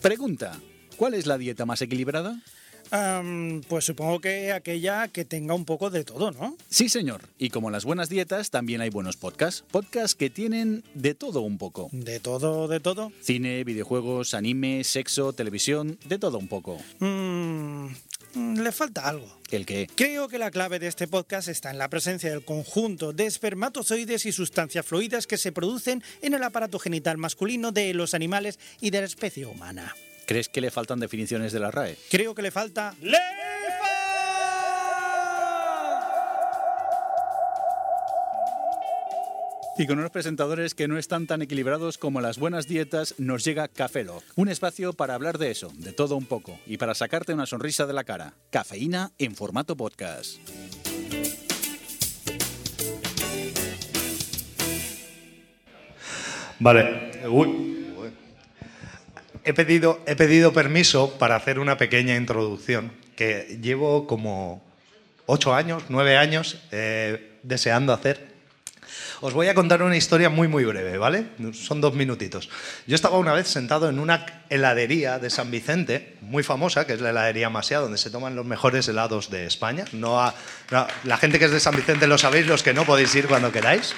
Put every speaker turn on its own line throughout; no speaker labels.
Pregunta, ¿cuál es la dieta más equilibrada?
Am, pues supongo que aquella que tenga un poco de todo, ¿no?
Sí, señor. Y como en las buenas dietas, también hay buenos podcasts. Podcasts que tienen de todo un poco.
De todo, de todo.
Cine, videojuegos, anime, sexo, televisión, de todo un poco.
Mm, mm, le falta algo.
¿El qué?
Creo que la clave de este podcast está en la presencia del conjunto de espermatozoides y sustancias fluidas que se producen en el aparato genital masculino de los animales y de la especie humana.
¿Crees que le faltan definiciones de la RAE?
Creo que le falta... ¡Le
Y con unos presentadores que no están tan equilibrados como las buenas dietas, nos llega Café Lock, un espacio para hablar de eso, de todo un poco, y para sacarte una sonrisa de la cara. Cafeína en formato podcast.
Vale. Uy. He pedido, he pedido permiso para hacer una pequeña introducción que llevo como ocho años, nueve años eh, deseando hacer. Os voy a contar una historia muy, muy breve, ¿vale? Son dos minutitos. Yo estaba una vez sentado en una heladería de San Vicente, muy famosa, que es la heladería Masía, donde se toman los mejores helados de España. No a- no- la gente que es de San Vicente lo sabéis, los que no podéis ir cuando queráis.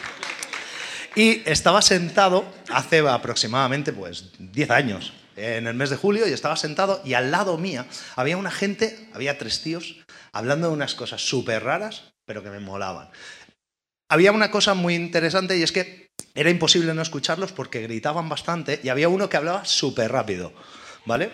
Y estaba sentado hace aproximadamente pues 10 años, en el mes de julio, y estaba sentado y al lado mía había una gente, había tres tíos, hablando de unas cosas súper raras, pero que me molaban. Había una cosa muy interesante y es que era imposible no escucharlos porque gritaban bastante y había uno que hablaba súper rápido, ¿vale?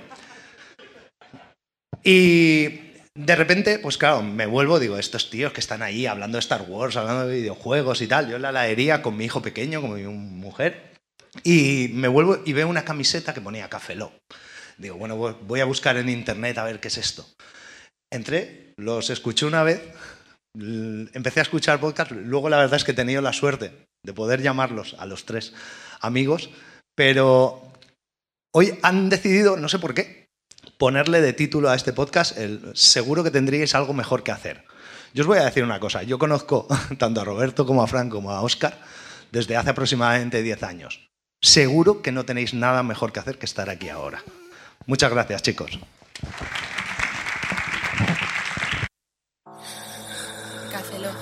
Y de repente, pues claro, me vuelvo, digo, estos tíos que están ahí hablando de Star Wars, hablando de videojuegos y tal, yo en la heladería con mi hijo pequeño, con mi mujer, y me vuelvo y veo una camiseta que ponía Café Lock. Digo, bueno, voy- voy a buscar en internet a ver qué es esto. Entré, los escuché una vez, l- empecé a escuchar podcast, luego la verdad es que he tenido la suerte de poder llamarlos a los tres amigos, pero hoy han decidido, no sé por qué, ponerle de título a este podcast, el, seguro que tendríais algo mejor que hacer. Yo os voy a decir una cosa, yo conozco tanto a Roberto como a Frank como a Oscar desde hace aproximadamente 10 años. Seguro que no tenéis nada mejor que hacer que estar aquí ahora. Muchas gracias, chicos.
Café Lock.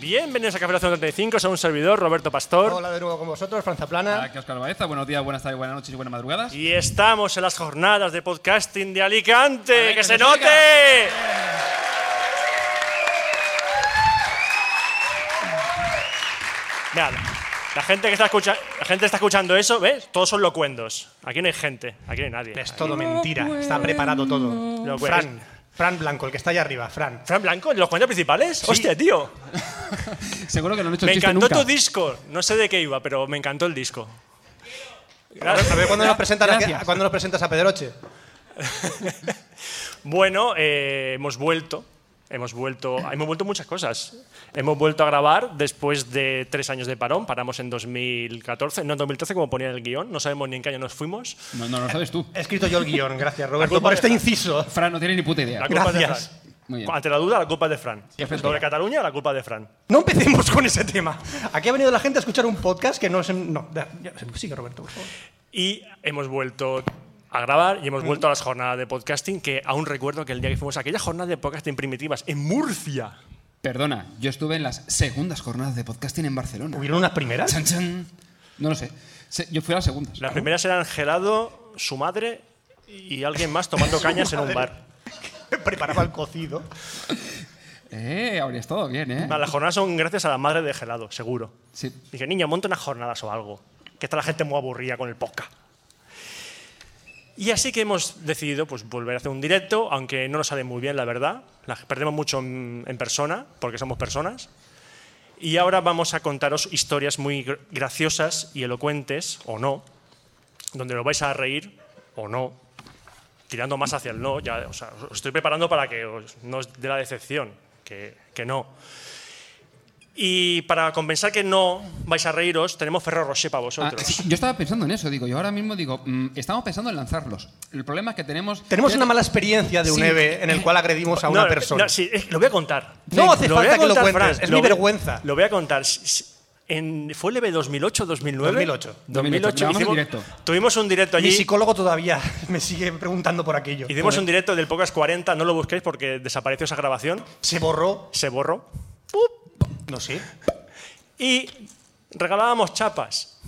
Bienvenidos a Café Lock 135, soy un servidor, Roberto Pastor.
Hola de nuevo con vosotros, Franza Plana.
Aquí Oscar Baeza, buenos días, buenas tardes, buenas noches y buenas madrugadas.
Y estamos en las jornadas de podcasting de Alicante,
ver,
que,
que
se
se
note. Mirad, la gente que está escuchando, la gente está escuchando eso, ¿ves? Todos son locuendos. Aquí no hay gente, aquí no hay nadie.
Es todo mentira, está preparado todo.
No, pues-
Fran, Fran Blanco, el que está allá arriba, Fran.
Fran Blanco, los cuentos principales. Hostia, tío.
Seguro que no han hecho
Me
chiste
encantó
nunca.
tu disco. No sé de qué iba, pero me encantó el disco.
A ver cuándo nos presentas a,
gracias.
cuándo nos presentas a Pedroche.
Bueno, eh, hemos vuelto. Hemos vuelto, ah, hemos vuelto muchas cosas. Hemos vuelto a grabar después de tres años de parón. Paramos en 2014, no en 2013, como ponía en el guión. No sabemos ni en qué año nos fuimos.
No, no lo sabes tú.
He escrito yo el guión, gracias
La
Roberto
culpa
por
de
este
Fran.
inciso.
Fran no tiene ni puta
La
idea.
culpa
Gracias.
es de Fran.
Muy bien.
Ante la duda, la culpa es de Fran.
efectivamente.
Sobre Cataluña, la culpa es de Fran.
No empecemos con ese tema. Aquí ha venido la gente a escuchar un podcast que no es... No, da- ya- pues sigue Roberto, por favor.
Y hemos vuelto a grabar y hemos vuelto a las jornadas de podcasting, que aún recuerdo que el día que fuimos a aquellas jornadas de podcasting primitivas en Murcia.
Perdona, yo estuve en las segundas jornadas de podcasting en Barcelona.
¿Hubieron unas primeras?
Chan, chan. No lo sé. Se- Yo fui a las segundas.
Las primeras eran Gelado, su madre y alguien más tomando cañas en un bar.
Preparaba el cocido.
Eh, habrías estado bien, eh.
Las jornadas son gracias a la madre de Gelado, seguro.
Sí.
Dije, niño, monta unas jornadas o algo. Que está la gente muy aburrida con el podcast. Y así que hemos decidido pues, volver a hacer un directo, aunque no nos sale muy bien, la verdad. La- perdemos mucho en, en persona, porque somos personas. Y ahora vamos a contaros historias muy gr- graciosas y elocuentes, o no, donde os vais a reír, o no, tirando más hacia el no. Ya, o sea, os estoy preparando para que os- no os dé la decepción. que, que no. Y para compensar que no vais a reíros, tenemos Ferrero Rocher para
Ah,
vosotros.
sí, yo estaba pensando en eso, digo, yo ahora mismo digo, mm, estamos pensando en lanzarlos. El problema es que tenemos...
Tenemos
ya-
una mala experiencia de un
Sí.
EVE en el cual agredimos a una
No,
persona.
no, sí, es- lo voy a contar.
No hace
voy a
falta que lo
contar,
cuentes,
Fran,
es
lo
mi
voy-
vergüenza.
Lo voy a contar. S- s- en- ¿Fue el EVE 2008, 2009?
2008.
2008, grabamos un directo.
Tuvimos un directo allí.
Mi psicólogo todavía me sigue preguntando por aquello.
Hicimos un directo del Pocas 40, no lo busquéis porque desapareció esa grabación,
Se borró.
se borró.
No sé.
Y regalábamos chapas.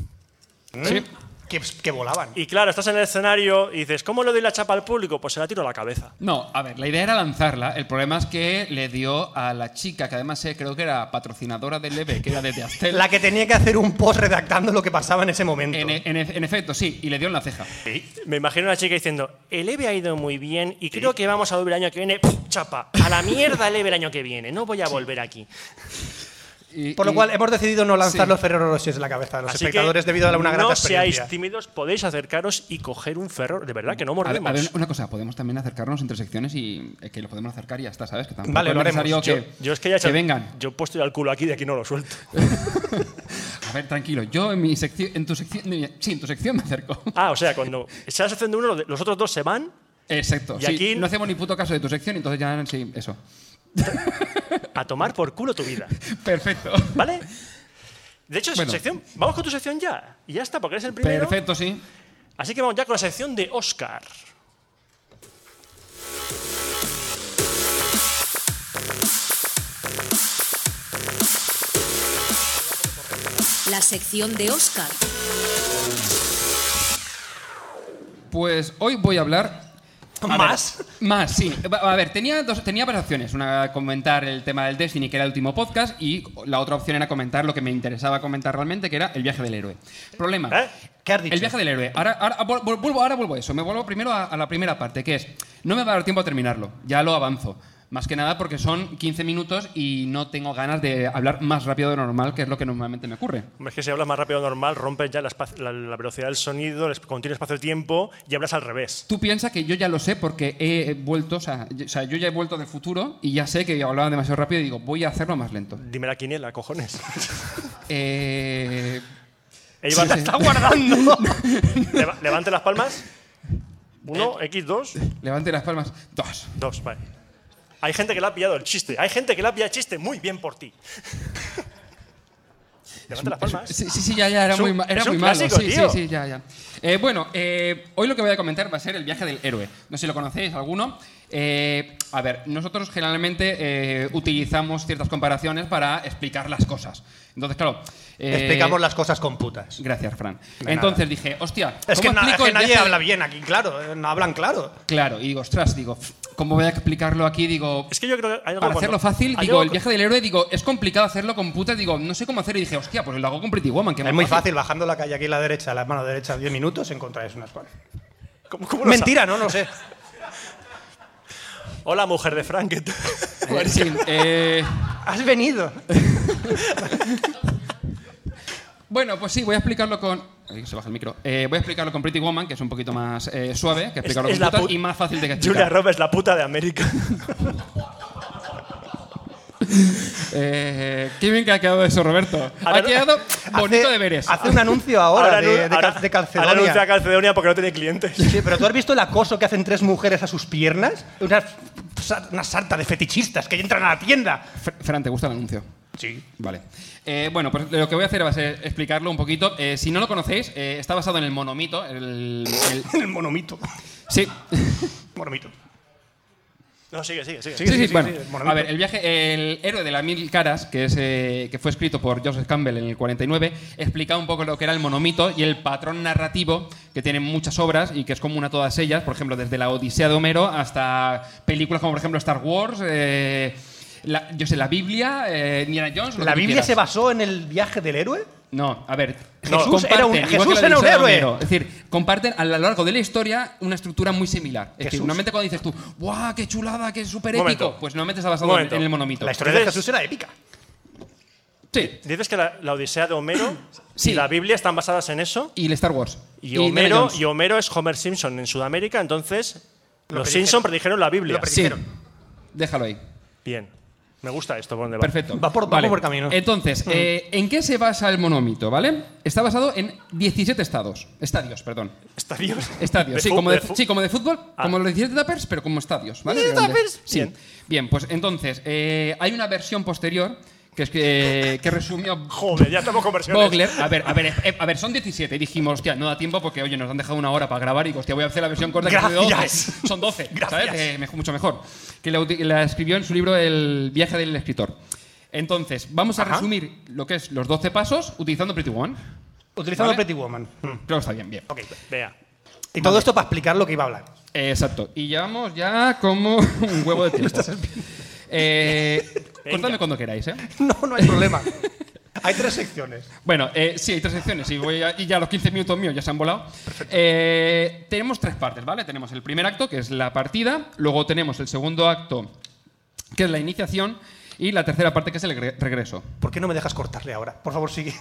Sí.
Que, que volaban.
Y claro, estás en el escenario y dices, ¿cómo le doy la chapa al público? Pues se la tiro a la cabeza.
No, a ver, la idea era lanzarla. El problema es que le dio a la chica, que además eh, creo que era patrocinadora del EVE, que era de Teastel.
La que tenía que hacer un post redactando lo que pasaba en ese momento.
En, e, en- en efecto, sí, y le dio en la ceja.
Me imagino a la chica diciendo, el EVE ha ido muy bien y creo que vamos a volver el año que viene. ¡Puf! chapa, a la mierda el EVE el año que viene, no voy a volver aquí.
Y-
Por lo
y-
cual hemos decidido no lanzar
Sí.
los Ferrero Rochers en la cabeza de los
Así que
espectadores debido a una gran
No
experiencia.
seáis tímidos, podéis acercaros y coger un ferro. De verdad que no
A ver,
mordemos.
a ver, una cosa, podemos también acercarnos entre secciones y eh, que lo podemos acercar y ya está, ¿sabes? Que tampoco
Vale,
es
lo haremos.
necesario
yo,
que,
yo es que ya he hecho-
vengan.
Yo he puesto ya el culo aquí, de aquí no lo suelto.
A ver, tranquilo, yo en mi sección, en tu sección, sí, en tu sección me acerco.
Ah, o sea, cuando estás haciendo uno, los otros dos se van.
Exacto.
Y
sí,
aquí-
no hacemos ni puto caso de tu sección, entonces ya sí, eso.
a tomar por culo tu vida.
Perfecto.
¿Vale? De hecho,
Bueno.
sección, vamos con tu sección ya. Y ya está, porque eres el primero.
Perfecto, sí.
Así que vamos ya con la sección de Oscar.
La sección de Oscar.
Pues hoy voy a hablar
¿Más?
Más, sí. Va- A ver, tenía, dos, tenía varias opciones. Una, comentar el tema del Destiny, que era el último podcast, y la otra opción era comentar lo que me interesaba comentar realmente, que era el viaje del héroe. Problema.
¿Eh?
¿Qué has dicho?
El viaje del héroe. Ahora, ahora, vu- vu- vuelvo, ahora vuelvo a eso. Me vuelvo primero a, a la primera parte, que es, no me va a dar tiempo a terminarlo. Ya lo avanzo. Más que nada porque son 15 minutos y no tengo ganas de hablar más rápido de lo normal, que es lo que normalmente me ocurre.
Hombre, Es que si hablas más rápido de lo normal, rompes ya la, espa- la- la velocidad del sonido, el esp- contiene espacio-tiempo y hablas al revés.
Tú piensas que yo ya lo sé porque he vuelto, o sea, yo- o sea, yo ya he vuelto del futuro y ya sé que hablaba demasiado rápido y digo, voy a hacerlo más lento.
Dime la quiniela, cojones.
Eh,
Ey, levanta-
Está guardando.
leva- levante las palmas. Uno, X, dos,
levante las palmas. Dos.
dos, vale. Hay gente que le ha pillado el chiste. Hay gente que le ha pillado el chiste. Muy bien por ti. Levanta las palmas.
Sí, sí, sí, ya, ya, era
Es un-
muy, ma- era
es un
muy malo.
clásico,
sí,
tío.
sí, sí, ya, ya. Eh, bueno, eh, hoy lo que voy a comentar va a ser el viaje del héroe. No sé si lo conocéis alguno. Eh, a ver, nosotros generalmente eh, utilizamos ciertas comparaciones para explicar las cosas. Entonces, claro. eh,
Explicamos las cosas con putas.
Gracias, Fran.
nada.
Entonces dije, hostia,
Es que,
¿cómo
na- es
explico
que
el
nadie
viaje del-
habla bien aquí, claro. eh, No hablan claro.
Claro, y digo, ostras, digo, pf, ¿cómo voy a explicarlo aquí? Digo,
Es que yo creo que hay algo
para
cuando-
hacerlo fácil,
hay
digo,
algo
el viaje del héroe, digo, es complicado hacerlo con putas, digo, no sé cómo hacer, y dije, hostia, pues lo hago con Pretty Woman, que
Es muy fácil, bajando la calle aquí a la derecha, la mano derecha, 10 minutos, encontráis unas cuantas.
¿Cómo- cómo lo
Mentira, no, no sé.
sabes? Hola, mujer de Frank. ¿qué tal?
Eh, sí, eh,
Has venido.
bueno, pues sí, voy a explicarlo con. Ay, se baja el micro. Eh, voy a explicarlo con Pretty Woman, que es un poquito más eh, suave que explicarlo
es
con
la
putas
pu-
y más fácil de que
Julia
explicar.
Roberts, la puta de América.
Eh, qué bien que ha quedado eso, Roberto. Ha
Ahora-
quedado bonito
Hace-
de veres.
Hace un anuncio ahora, de,
anu-
de, cal- de Calcedonia.
ahora anuncia Calcedonia porque no tiene clientes.
Sí, pero ¿tú has visto el acoso que hacen tres mujeres a sus piernas? Una, una sarta de fetichistas que entran a la tienda.
Fer- Fran, ¿te gusta el anuncio?
Sí.
Vale. Eh, bueno, pues lo que voy a hacer va a ser explicarlo un poquito. Eh, si no lo conocéis, eh, está basado en el monomito. el- el-
El monomito.
sí,
Monomito.
No, sigue, sigue, sigue.
Sí.
Sí, sí, bueno.
sí, monomito.
a ver, el viaje, el héroe de las mil caras, que, es, eh, que fue escrito por Joseph Campbell en el 49, explica un poco lo que era el monomito y el patrón narrativo que tienen muchas obras y que es común a todas ellas, por ejemplo, desde la Odisea de Homero hasta películas como, por ejemplo, Star Wars, eh, la, yo sé, la Biblia, eh, Indiana Jones. lo
¿La
que tú
Biblia
quieras.
se basó en el viaje del héroe?
No, a ver.
Jesús
comparten,
era un-
igual
Jesús
que la
era un
Odisea de
héroe.
Homero. Es decir, comparten a lo largo de la historia una estructura muy similar. Es decir,
Jesús.
normalmente cuando dices tú, ¡guau, qué chulada, qué súper épico!
Momento.
Pues normalmente está basado en,
Momento.
en el monomito.
La historia de
Entonces-
Jesús era épica.
Sí.
Dices que la, la Odisea de Homero
Sí.
y la Biblia están basadas en eso.
Y el Star Wars.
Y
Indiana
Homero,
Jones.
y Homero es Homer Simpson en Sudamérica, entonces
Lo
los
predijeron.
Simpson predijeron la Biblia.
Lo predi-
Sí.
Dijeron.
Déjalo ahí.
Bien. Me gusta esto, ¿por dónde va?
Perfecto.
Va por- va por camino.
Entonces, eh, ¿en qué se basa el monomito, vale? Está basado en 17 estados. Estadios, perdón.
Estadios.
Estadios,
De
sí,
fu-
como de,
fu-
sí, como de fútbol,
Ah.
como los 17 tappers, pero como estadios, ¿vale?
17
Grandes.
tappers.
Sí.
Bien.
Bien. pues entonces, eh, hay una versión posterior que es que, que resumió
Joder, ya estamos conversiones.
Bogler. A ver, a ver, eh, a ver, son 17. Dijimos, hostia, no da tiempo porque, oye, nos han dejado una hora para grabar y, hostia, voy a hacer la versión corta que son de 12.
Gracias.
Son 12,
Gracias.
¿sabes? Eh, me- mucho mejor. Que la, uti- la escribió en su libro El viaje del escritor. Entonces, vamos a resumir lo que es los 12 pasos utilizando Pretty One.
Utilizando
¿Vale?
Pretty Woman.
Creo que está bien, bien.
Ok, vea.
Y todo esto para explicar lo que iba a hablar.
Eh, exacto. Y llevamos ya como un huevo de tiempo. eh,
Venga.
cortadme cuando queráis, ¿eh?
No, no hay problema. Hay tres secciones.
Bueno, eh, sí, hay tres secciones y, voy a- y ya los 15 minutos míos ya se han volado. Eh, tenemos tres partes, ¿vale? Tenemos el primer acto, que es la partida, luego tenemos el segundo acto, que es la iniciación, y la tercera parte, que es el gre- regreso.
¿Por qué no me dejas cortarle ahora? Por favor, sigue.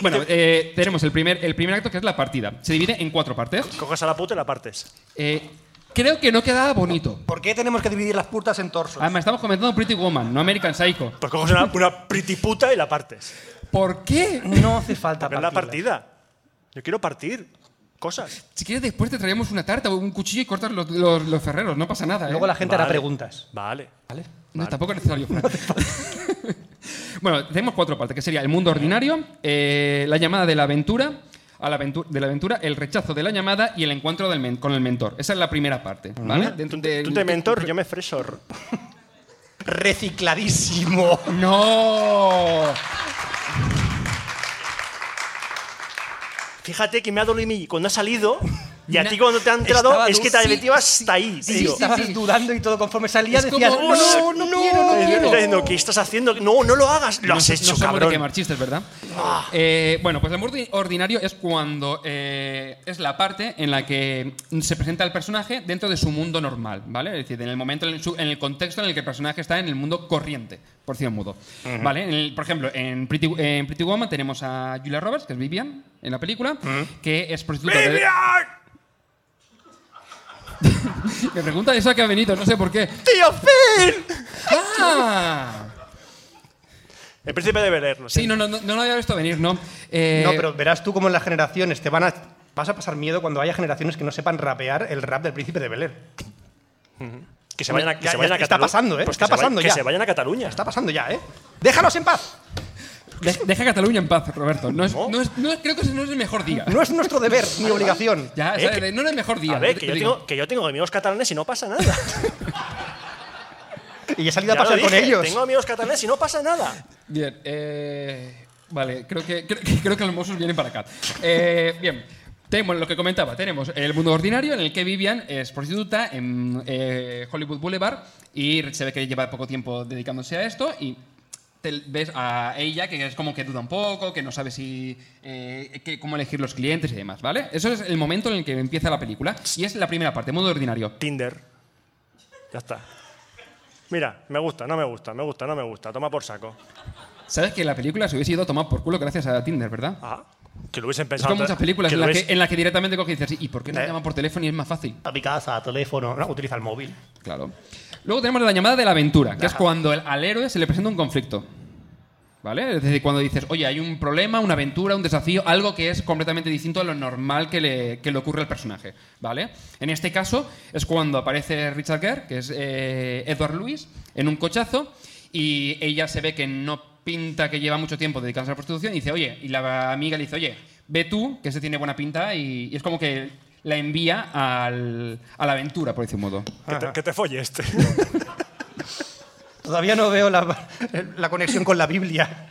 Bueno, eh, tenemos el primer, el primer acto, que es la partida. Se divide en cuatro partes.
Coges a la puta y la partes.
Eh, creo que no queda bonito.
¿Por qué tenemos que dividir las putas en torsos?
Además, estamos comentando Pretty Woman, no American Psycho.
Pues coges una, una pretty puta y la partes.
¿Por qué?
No hace falta
Porque es la
partirlas.
partida. Yo quiero partir cosas.
Si quieres, después te traemos una tarta o un cuchillo y cortas los, los- los ferreros, no pasa nada. ¿eh?
Luego la gente hará
Vale.
preguntas.
Vale.
¿Vale? No, tampoco es necesario. Fran. bueno, tenemos cuatro partes, que sería el mundo ordinario, eh, la llamada de la aventura, a la aventu- de la aventura, el rechazo de la llamada y el encuentro del men- con el mentor. Esa es la primera parte, ¿vale? Dentro
Tú,
del-
tú te mentor, yo me fresor.
Recicladísimo.
¡No!
Fíjate que me ha dolido mi- cuando ha salido y a
Na-
ti cuando te ha entrado
Estaba
es
du-
que te
sí,
metido hasta ahí,
sí,
tío.
sí,
Estabas
sí.
dudando y todo conforme salía
Es como,
decías,
"Oh,
no, no, quiero, no
Y yo
quiero.
estoy diciendo, ¿qué estás haciendo? No, no lo hagas. Lo has
No-
hecho,
no somos de
cabrón. Ah.
quemar chistes, ¿verdad? Eh, bueno, pues el amor di- ordinario es cuando eh, es la parte en la que se presenta el personaje dentro de su mundo normal, ¿vale? Es decir, en el momento, en, su- en el contexto en el que el personaje está en el mundo corriente, por cierto mudo, ¿vale? En el- por ejemplo, en Pretty, en Pretty Woman tenemos a Julia Roberts, que es Vivian en la película, que es prostituta. de-
¡Vivian!
me pregunta eso que ha venido, no sé por qué.
¡Tío Phil!
¡Ah!
El príncipe de Bel Air, lo
Sí,
sé.
no, no, no, no lo había visto venir, ¿no? Eh,
No, pero verás tú cómo en las generaciones te van a. Vas a pasar miedo cuando haya generaciones que no sepan rapear el rap del príncipe de Bel Air.
Que se vayan a, que
Ya-
se vayan
ya
a
está
Catalu-
pasando, ¿eh?
Pues que
Está
se vayan-
pasando
Que
ya.
se vayan a Cataluña.
Está pasando ya, ¿eh? ¡Déjanos en paz!
De- Deja a Cataluña en paz, Roberto. No es, no es- no es- creo que ese no es el mejor día.
No es nuestro deber ni obligación.
Ya,
Eh,
¿sabes?
que-
no es el mejor día.
A ver,
¿eh?
te-
que
te
yo,
digo.
tengo, que yo tengo amigos catalanes y no pasa nada.
Y he salido
Ya
a
lo
pasear con
dije,
ellos.
Tengo amigos catalanes y no pasa nada.
Bien, eh, vale, creo que, creo, que- creo que los Mossos vienen para acá. Eh, bien, tenemos lo que comentaba. Tenemos el mundo ordinario en el que Vivian es prostituta en eh, Hollywood Boulevard y se ve que lleva poco tiempo dedicándose a esto y te ves a ella que es como que duda un poco, que no sabe si eh, que- cómo elegir los clientes y demás, ¿vale? Eso es el momento en el que empieza la película y es la primera parte, mundo ordinario.
Tinder. Ya está. Mira, me gusta, no me gusta, me gusta, no me gusta. Toma por saco.
Sabes que la película se hubiese ido a tomar por culo gracias a Tinder, ¿verdad?
Ah, que lo hubiesen
Es
pensado.
como muchas películas en
lo
las que,
hubies-
en las que directamente coges y dices, ¿y por qué no
Eh.
llaman por teléfono y es más fácil?
A mi casa, teléfono. No, utiliza el móvil.
Claro. Luego tenemos la llamada de la aventura, que es cuando el- al héroe se le presenta un conflicto. ¿Vale? Es decir, cuando dices, oye, hay un problema, una aventura, un desafío, algo que es completamente distinto a lo normal que le, que le ocurre al personaje. ¿Vale? En este caso es cuando aparece Richard Gere, que es eh, Edward Lewis, en un cochazo y ella se ve que no pinta que lleva mucho tiempo dedicándose a la prostitución y dice, oye, y la amiga le dice, oye, ve tú, que se tiene buena pinta y, y es como que la envía al- a la aventura, por decir un modo.
Que te, que te folle este.
Todavía no veo la, la conexión con la Biblia.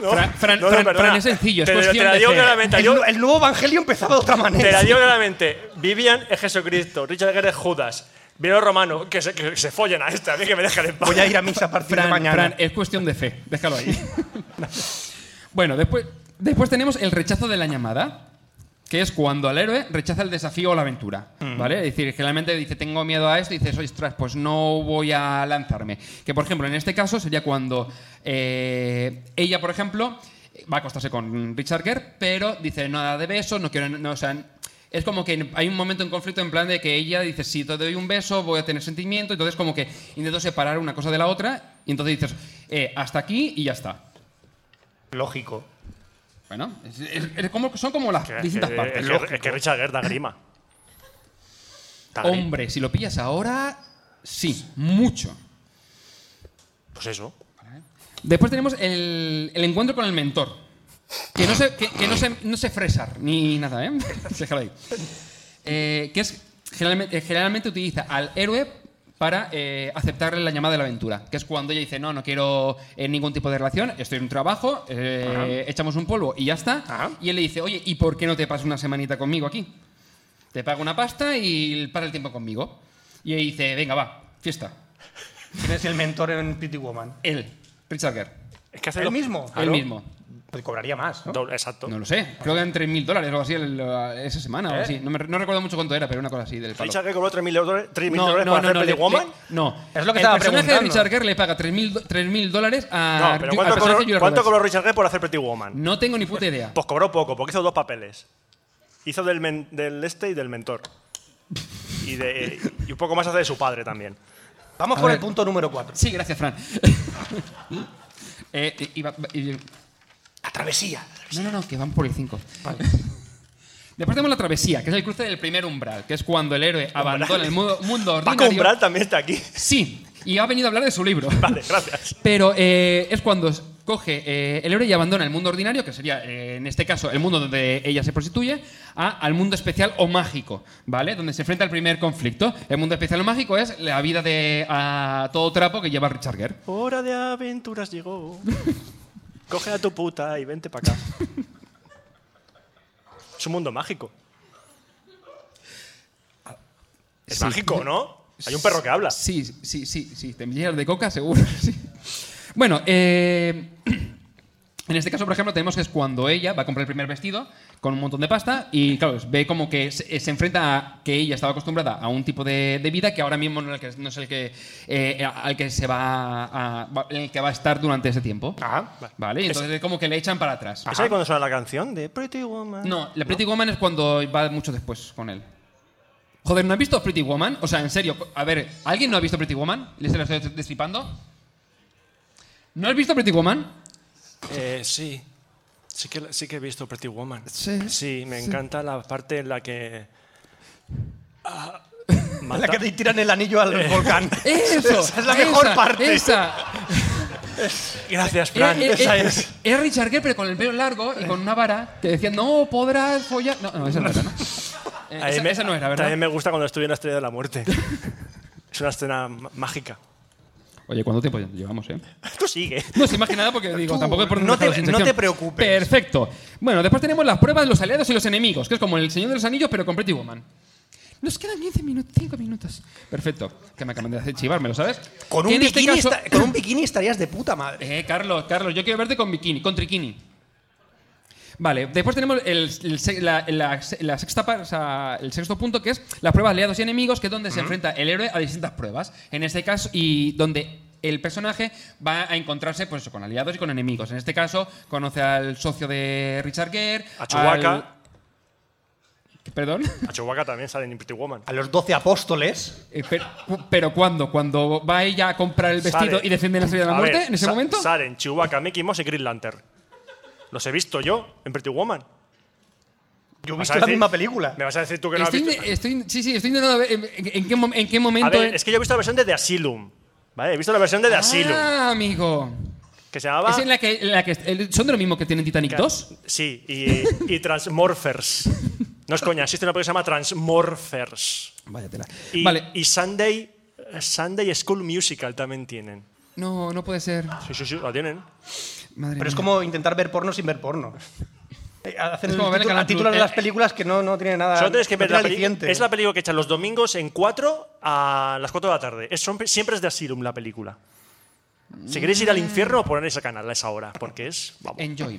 No,
Fran- Fran-
no, no,
Fran-
perdona.
Fran, es sencillo, es
Te, te
cuestión
la
de
digo
fe.
claramente.
El,
Yo,
nu- el nuevo evangelio empezaba de otra
te
manera.
la digo claramente. Vivian es Jesucristo, Richard Gere es Judas. Vino romano, que se, que se follen a este, a mí que me dejan en paz.
Voy a ir a misa a partir de
Fran,
mañana.
eh.
Fran, es cuestión de fe. Déjalo ahí. bueno, después, después tenemos el rechazo de la llamada, que es cuando el héroe rechaza el desafío o la aventura. ¿Vale? Es decir, generalmente dice, tengo miedo a esto, y dices, ostras, pues no voy a lanzarme. Que, por ejemplo, en este caso sería cuando eh, ella, por ejemplo. va a acostarse con Richard Gere, pero dice nada de besos, no quiero, no, o sea, es como que hay un momento en conflicto en plan de que ella dice, si te doy un beso voy a tener sentimiento, entonces como que intento separar una cosa de la otra, y entonces dices, eh, hasta aquí y ya está.
Lógico.
Bueno, es- es- es como- son como las
Que- que-
distintas
es
partes.
que- es que Richard Gere da grima. Da grima.
Hombre, si lo pillas ahora, sí, mucho.
Pues eso.
Después tenemos el, el encuentro con el mentor. Que no sé, que, que no sé, no sé fresar ni nada, ¿eh? Déjalo ahí. Eh, que es, generalmente, eh, generalmente utiliza al héroe para eh, aceptarle la llamada de la aventura. Que es cuando ella dice, no, no quiero eh, ningún tipo de relación, estoy en un trabajo, eh, echamos un polvo y ya está.
Ajá.
Y él le dice, oye, ¿y por qué no te pasas una semanita conmigo aquí? Te pago una pasta y pasa el tiempo conmigo. Y ella dice, venga, va, fiesta.
¿Quién es el mentor en Pretty Woman?
Él, Richard Gere.
Es que hace
¿El
lo-
mismo?
Él
Claro.
mismo.
Pues cobraría más, ¿no?
Doble- exacto.
No lo sé. Creo que eran 3.000 dólares o algo así el- la- esa semana. o
¿Eh?
algo así. No, me- no recuerdo mucho cuánto era, pero una cosa así del palo.
Richard Gere cobró 3.000 dólares, 3.000
no,
dólares
no,
por
no,
hacer
no,
Pretty
le-
Woman.
le- no.
Es lo que
el
estaba
personaje de
preguntando.
Richard Gere le paga 3.000 do- 3.000 dólares a...
no, pero
Ju- Ah,
¿cuánto,
al personaje
cobró,
de Julia
cuánto
Roberts.
cobró Richard Gere por hacer Pretty Woman?
No tengo ni puta idea.
Pues cobró poco, porque hizo dos papeles. Hizo del, men- del este y del mentor. Y, de, y un poco más hace de su padre también.
Vamos
A
por el
ver.
punto número 4.
Sí, gracias, Fran. Eh, eh, iba- iba-
La travesía.
No, no, no, que van por el 5. Después tenemos la travesía, que es el cruce del primer umbral, que es cuando el héroe abandona el mu- mundo
Paco
ordinario.
Umbral también está aquí.
Sí, y ha venido a hablar de su libro.
Vale, gracias.
Pero eh, es cuando s- coge eh, el héroe y abandona el mundo ordinario, que sería eh, en este caso el mundo donde ella se prostituye, a- al mundo especial o mágico, ¿vale? Donde se enfrenta al primer conflicto. El mundo especial o mágico es la vida de a todo trapo que lleva Richard Gere.
Hora de aventuras llegó. Coge a tu puta y vente para acá. Es un mundo mágico. Es
Sí.
mágico, ¿no? Hay un perro que habla.
Sí, sí, sí, sí, te llenas de coca, seguro. sí. Bueno, eh, en este caso, por ejemplo, tenemos que es cuando ella va a comprar el primer vestido con un montón de pasta y, claro, ve como que se, se enfrenta a que ella estaba acostumbrada a un tipo de, de vida que ahora mismo no es el que, no es el que, eh, al que se va a, va- en el que va a estar durante ese tiempo.
Ah,
Ajá.
¿Vale? Y entonces, como que le echan para atrás.
¿Es ahí cuando suena la canción de Pretty Woman?
No, la Pretty Woman es cuando va mucho después con él. Joder, ¿no has visto Pretty Woman? O sea, en serio, a ver, ¿alguien no ha visto Pretty Woman? ¿Le se la estoy destripando? ¿No has visto Pretty Woman?
Eh, sí. Sí que, sí que he visto Pretty Woman. Sí. me encanta la parte en la que. Ah,
La
mata-
que te tiran el anillo
Eh.
al volcán.
¡Eso!
Esa es la mejor
esa,
parte.
¡Esa!
Gracias,
Era,
Fran.
era-
Esa
era-
es.
era Richard Gere, pero con el pelo largo y con una vara que decía, no podrás follar. No, no, esa no era, ¿no? Eh,
A mí
esa,
me-
esa no era,
También
¿verdad?
me gusta cuando estuve en la Estrella de la Muerte. es una escena ma- mágica.
Oye, ¿cuánto tiempo llevamos, eh?
Tú sigue.
No sé, más que nada porque digo,
Tú,
tampoco es por
no te-
dejar la sensación.
no te preocupes.
Perfecto. Bueno, después tenemos las pruebas, los aliados y los enemigos, que es como el Señor de los Anillos, pero con Pretty Woman. Nos quedan 15 minutos, 5 minutos. Perfecto. Que me acaban de hacer chivarme, ¿lo sabes?
Con un,
Que en este
bikini
caso-
esta- con un bikini estarías de puta madre.
Eh, Carlos, Carlos, yo quiero verte con bikini, con triquini. Vale, después tenemos el, el se- la, la- la sexta, par- o sea, el sexto punto, que es las pruebas aliados y enemigos, que es donde se enfrenta el héroe a distintas pruebas. En este caso, y donde el personaje va a encontrarse pues, eso, con aliados y con enemigos. En este caso, conoce al socio de Richard Gere.
A Chewbacca.
al- Perdón.
A Chewbacca también sale en Pretty Woman.
A los 12 apóstoles.
Eh, pero, pero ¿cuándo? ¿Cuando va ella a comprar el vestido
Sale-
y defiende la salida de la
A ver,
muerte? ¿En ese
sa-
momento?
Salen Chewbacca, Mickey Mouse y Green Lantern. Los he visto yo en Pretty Woman.
Yo he
¿Vas
visto
a
la
decir-
misma película.
¿Me vas a decir tú que no has
Estoy,
visto?
estoy- sí, sí, estoy intentando ver en, en qué, mom- en qué momento.
A ver, es que yo he visto la versión de The Asylum. ¿Vale? He visto la versión de The Asylum.
Ah, amigo.
Que se llamaba.
Es en la que, en la que el- son de lo mismo que tienen Titanic 2.
Sí, y, y Transmorphers. No es coña, existe una película que se llama Transmorphers.
Váyatela.
Y,
Vale.
y Sunday, eh, Sunday School Musical también tienen.
No, no puede ser.
Sí, sí, sí, la tienen.
Madre
Pero es
mía.
como intentar ver porno sin ver porno. Eh, Hacen
Es como ver
el título-
Canal
a títulos de
Plus.
las películas que no, no tiene nada.
Solo tienes que
no
ver
tiene
la película.
Ah, aliciente.
Es la película que echan los domingos en 4 a las 4 de la tarde. Es, son- siempre es de Asylum la película. Si queréis ir al infierno, poner ese canal a esa hora, porque es. Vamos.
Enjoy.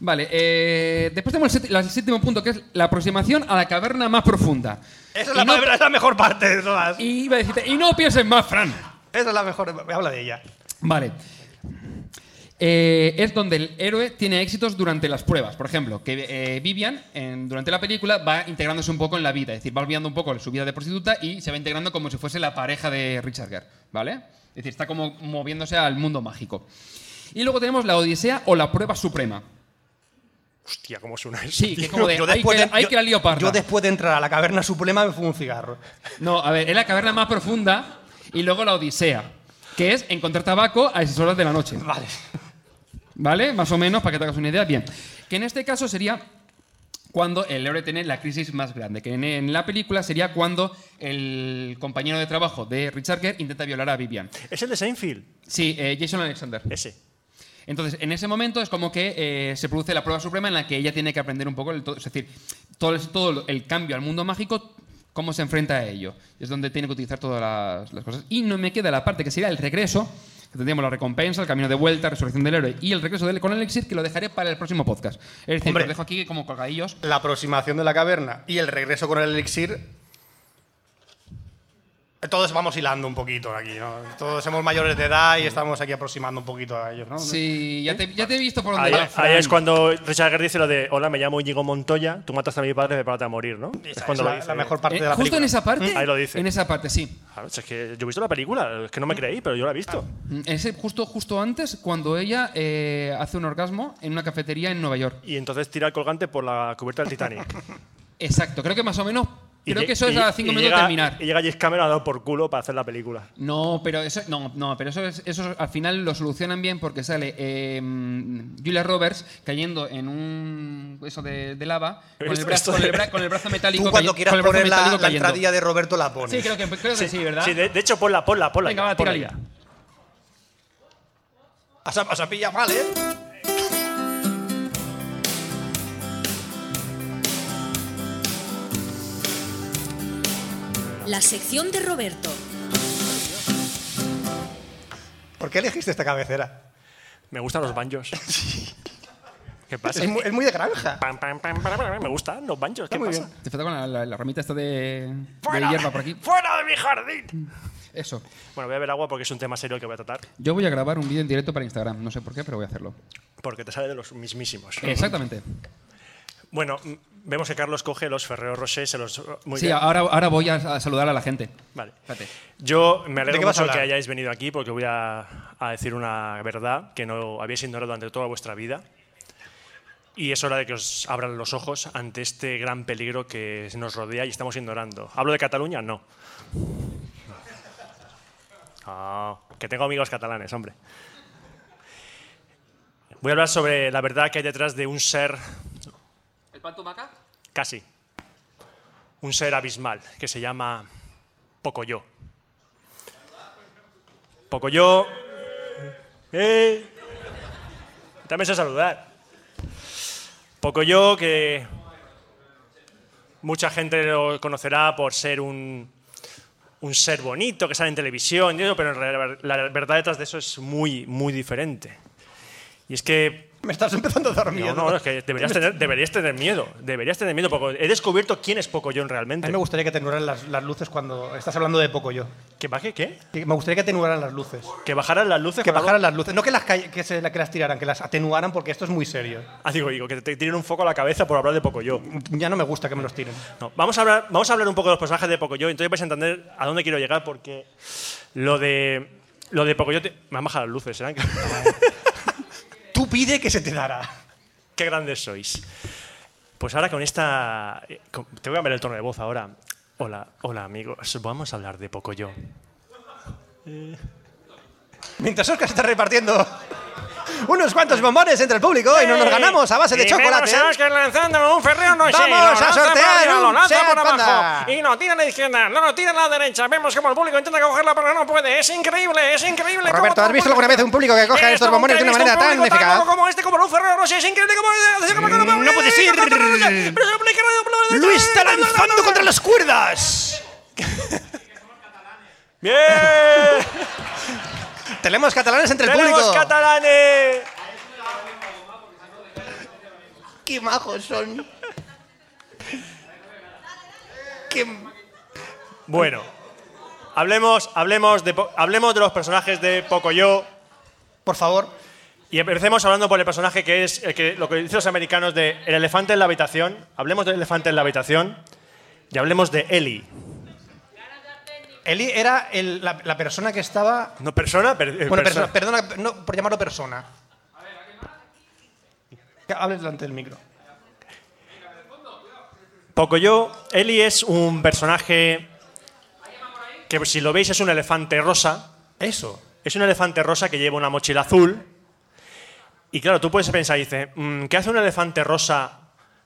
Vale, eh, después tenemos el, sépti- la- el séptimo punto, que es la aproximación a la caverna más profunda.
Esa es
Y
la,
no-
palabra- es la mejor parte de todas.
Y iba a decirte, y no pienses más, Fran.
Esa es la mejor. Habla de ella.
Vale. eh, es donde el héroe tiene éxitos durante las pruebas. Por ejemplo, que eh, Vivian, en- durante la película, va integrándose un poco en la vida. Es decir, va olvidando un poco su vida de prostituta y se va integrando como si fuese la pareja de Richard Gere, ¿vale? Es decir, está como moviéndose al mundo mágico. Y luego tenemos la Odisea o la Prueba Suprema.
Hostia, cómo suena eso.
Sí, que
tío.
es como de,
Yo
hay,
después
que,
de-
hay
yo-
que la lío parda.
Yo después de entrar a la caverna suprema me fumo un cigarro.
No, a ver, es la caverna más profunda y luego la Odisea, que es encontrar tabaco a esas horas de la noche.
Vale.
¿Vale? Más o menos, para que te hagas una idea. Bien. Que en este caso sería cuando el héroe tiene la crisis más grande. Que en, en la película sería cuando el compañero de trabajo de Richard Gere intenta violar a Vivian.
Es el de Seinfeld,
Sí, eh, Jason Alexander.
ese.
Entonces, en ese momento es como que eh, se produce la prueba suprema en la que ella tiene que aprender un poco, el todo- es decir, todo, el- todo el cambio al mundo mágico, cómo se enfrenta a ello. Es donde tiene que utilizar todas las, las cosas. Y no me queda la parte que sería el regreso, que tendríamos la recompensa, el camino de vuelta, resurrección del héroe y el regreso del, con el elixir, que lo dejaré para el próximo podcast. Es decir,
Hombre.
lo dejo aquí como colgadillos.
La aproximación de la caverna y el regreso con el elixir. Todos vamos hilando un poquito aquí, ¿no? Todos somos mayores de edad y estamos aquí aproximando un poquito a ellos, ¿no?
Sí, ya te, ya te he visto por
Ahí,
dónde va.
ahí
Fran.
es cuando Richard Gere dice lo de Hola, me llamo Íñigo Montoya, tú mataste a mi padre, prepárate a morir, ¿no?
Esa
es cuando
es
lo
la,
dice.
la mejor parte
Eh,
de la
justo en
película.
esa parte.
Mm, Ahí lo dice.
En esa parte, sí.
Claro, es que yo he visto la película, es que no me creí, pero yo la he visto.
Ese justo, justo antes, cuando ella eh, hace un orgasmo en una cafetería en Nueva York.
Y entonces tira el colgante por la cubierta del Titanic.
Exacto, creo que más o menos.
Y
Creo
lle-
que eso es
y-
a cinco
y
minutos de
llega-
terminar.
Y llega James Cameron a dar por culo para hacer la película.
No, pero eso, no, no, pero eso, es- eso al final lo solucionan bien porque sale eh, Julia Roberts cayendo en un eso de, de lava con el,
Esto-
brazo,
esto
con el
de-
bra- con el brazo metálico
Tú cuando
cayen-
quieras
con el brazo
poner la,
metálico
la
cayendo.
entradilla de Roberto la pones.
Sí, creo que, creo que sí, ¿verdad?
Sí, de, de hecho, ponla, ponla, ponla.
Venga,
ya,
va, tira
ponla
ya.
Has, has pillado mal, ¿eh?
La sección de Roberto.
¿Por qué elegiste esta cabecera?
Me gustan los banjos. ¿Qué pasa?
Es muy, es muy de granja.
Pam, pam, pam, pam, pam, me gustan los banjos. ¿Qué
muy
pasa?
bien.
Te falta con la, la- la ramita esta de, de hierba por aquí.
¡Fuera de mi jardín!
Eso.
Bueno, voy a beber agua porque es un tema serio que voy a tratar.
Yo voy a grabar un vídeo en directo para Instagram. No sé por qué, pero voy a hacerlo.
Porque te sale de los mismísimos.
Exactamente.
Bueno, mm, vemos que Carlos coge los Ferrero Rocher, se los. Muy
Sí,
bien.
ahora, ahora voy a, a saludar a la gente.
Vale.
Espérate.
Yo me
¿De qué
alegro
vas a
mucho que
hablar?
hayáis venido aquí porque voy a, a decir una verdad que no habéis ignorado durante toda vuestra vida. Y es hora de que os abran los ojos ante este gran peligro que nos rodea y estamos ignorando. ¿Hablo de Cataluña? No. Ah, que tengo amigos catalanes, hombre. Voy a hablar sobre la verdad que hay detrás de un ser
¿El pan tumaca?
casi, un ser abismal que se llama Pocoyo. Pocoyo. ¡Eh! También sé saludar. Pocoyo, que mucha gente lo conocerá por ser un, un ser bonito que sale en televisión, y eso, pero en realidad la verdad detrás de eso es muy, muy diferente. Y es que
Me estás empezando a dar miedo.
no, no, es que deberías tener, deberías tener miedo. Deberías tener miedo. Poco. He descubierto quién es Pocoyon
A
realmente.
mí me gustaría que atenuaran las, las luces cuando estás hablando de poco yo.
¿Que baje qué?
Que Me gustaría que atenuaran las luces.
Que bajaran las luces.
Que
con
bajaran las luces. No que las, call- que, se, que las tiraran, que las atenuaran porque esto es muy serio.
algo- Ah, digo, digo, que te tiren un foco a la cabeza por hablar de Pocoyo.
Ya no me gusta que me los tiren.
No, vamos, a hablar, vamos a hablar un poco de los personajes de Pocoyo. Entonces vais a entender a dónde quiero llegar porque lo de, lo de Pocoyo... te- Me han bajado las luces, ¿eh?
Tú pide que se te dará.
Qué grandes sois. Pues ahora con esta... eh, con- Te voy a cambiar el tono de voz ahora. Hola, hola amigos. Vamos a hablar de Pocoyo.
Mientras Oscar se está repartiendo unos cuantos bombones entre el público y nos los ganamos a base de chocolate. ¿eh?
lanzando un ferreo no
sé, Vamos lo a lanza por sortear arriba, lo un lanza Seat por abajo, Panda. y
no tira a la izquierda, no lo tira a la derecha. Vemos como el público intenta cogerla, pero no puede. Es increíble, es increíble.
Roberto, ¿has visto alguna vez un público que coja estos bombones de una manera tan eficaz?
Como este, como un ferreo no sé, es increíble. Como...
No puede ser. ¡Lo está lanzando contra las cuerdas!
Bien,
Tenemos catalanes entre el
tenemos
público.
catalanes.
¡Qué majos son! ¡Qué...
Bueno, hablemos, hablemos, de, po- hablemos de los personajes de Pocoyo.
Por favor,
Y empecemos hablando por el personaje que es el que, lo que dicen los americanos de el elefante en la habitación. Hablemos del elefante en la habitación y hablemos de Ellie.
Eli era el- la, la persona que estaba.
No persona, pero eh,
Bueno,
persona.
persona, perdona no, por llamarlo persona. Que Hables delante del micro.
Pocoyo, Eli es un personaje que si lo veis es un elefante rosa.
Eso.
Es un elefante rosa que lleva una mochila azul. Y claro, tú puedes pensar, dice, "Mm, ¿qué hace un elefante rosa?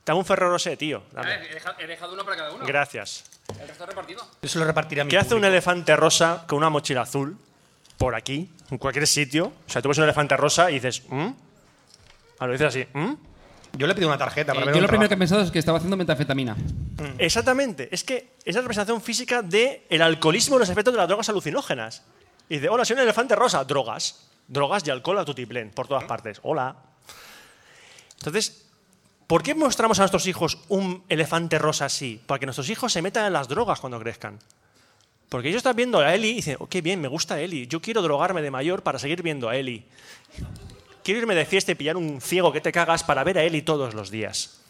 Dame un Ferrero Rosé, tío. Dame.
He dejado uno para cada uno.
Gracias.
El resto repartido.
Yo se lo repartiré a mi
¿Qué hace un
público.
elefante rosa con una mochila azul por aquí, en cualquier sitio? O sea, tú ves un elefante rosa y dices, ¿Mm? Ah, lo dices así, ¿Mm?
Yo le pido una tarjeta para ver
Eh, yo
un
lo primero que
trabajo.
he pensado es que estaba haciendo metafetamina.
Exactamente. Es que es la representación física del el alcoholismo y los efectos de las drogas alucinógenas. Y dice, hola, soy un elefante rosa. Drogas. Drogas y alcohol a tutiplén, por todas partes. Hola. Entonces, ¿por qué mostramos a nuestros hijos un elefante rosa así? Para que nuestros hijos se metan en las drogas cuando crezcan. Porque ellos están viendo a Eli y dicen, oh, qué bien, me gusta Eli. Yo quiero drogarme de mayor para seguir viendo a Eli. Quiero irme de fiesta y pillar un ciego que te cagas para ver a Eli todos los días.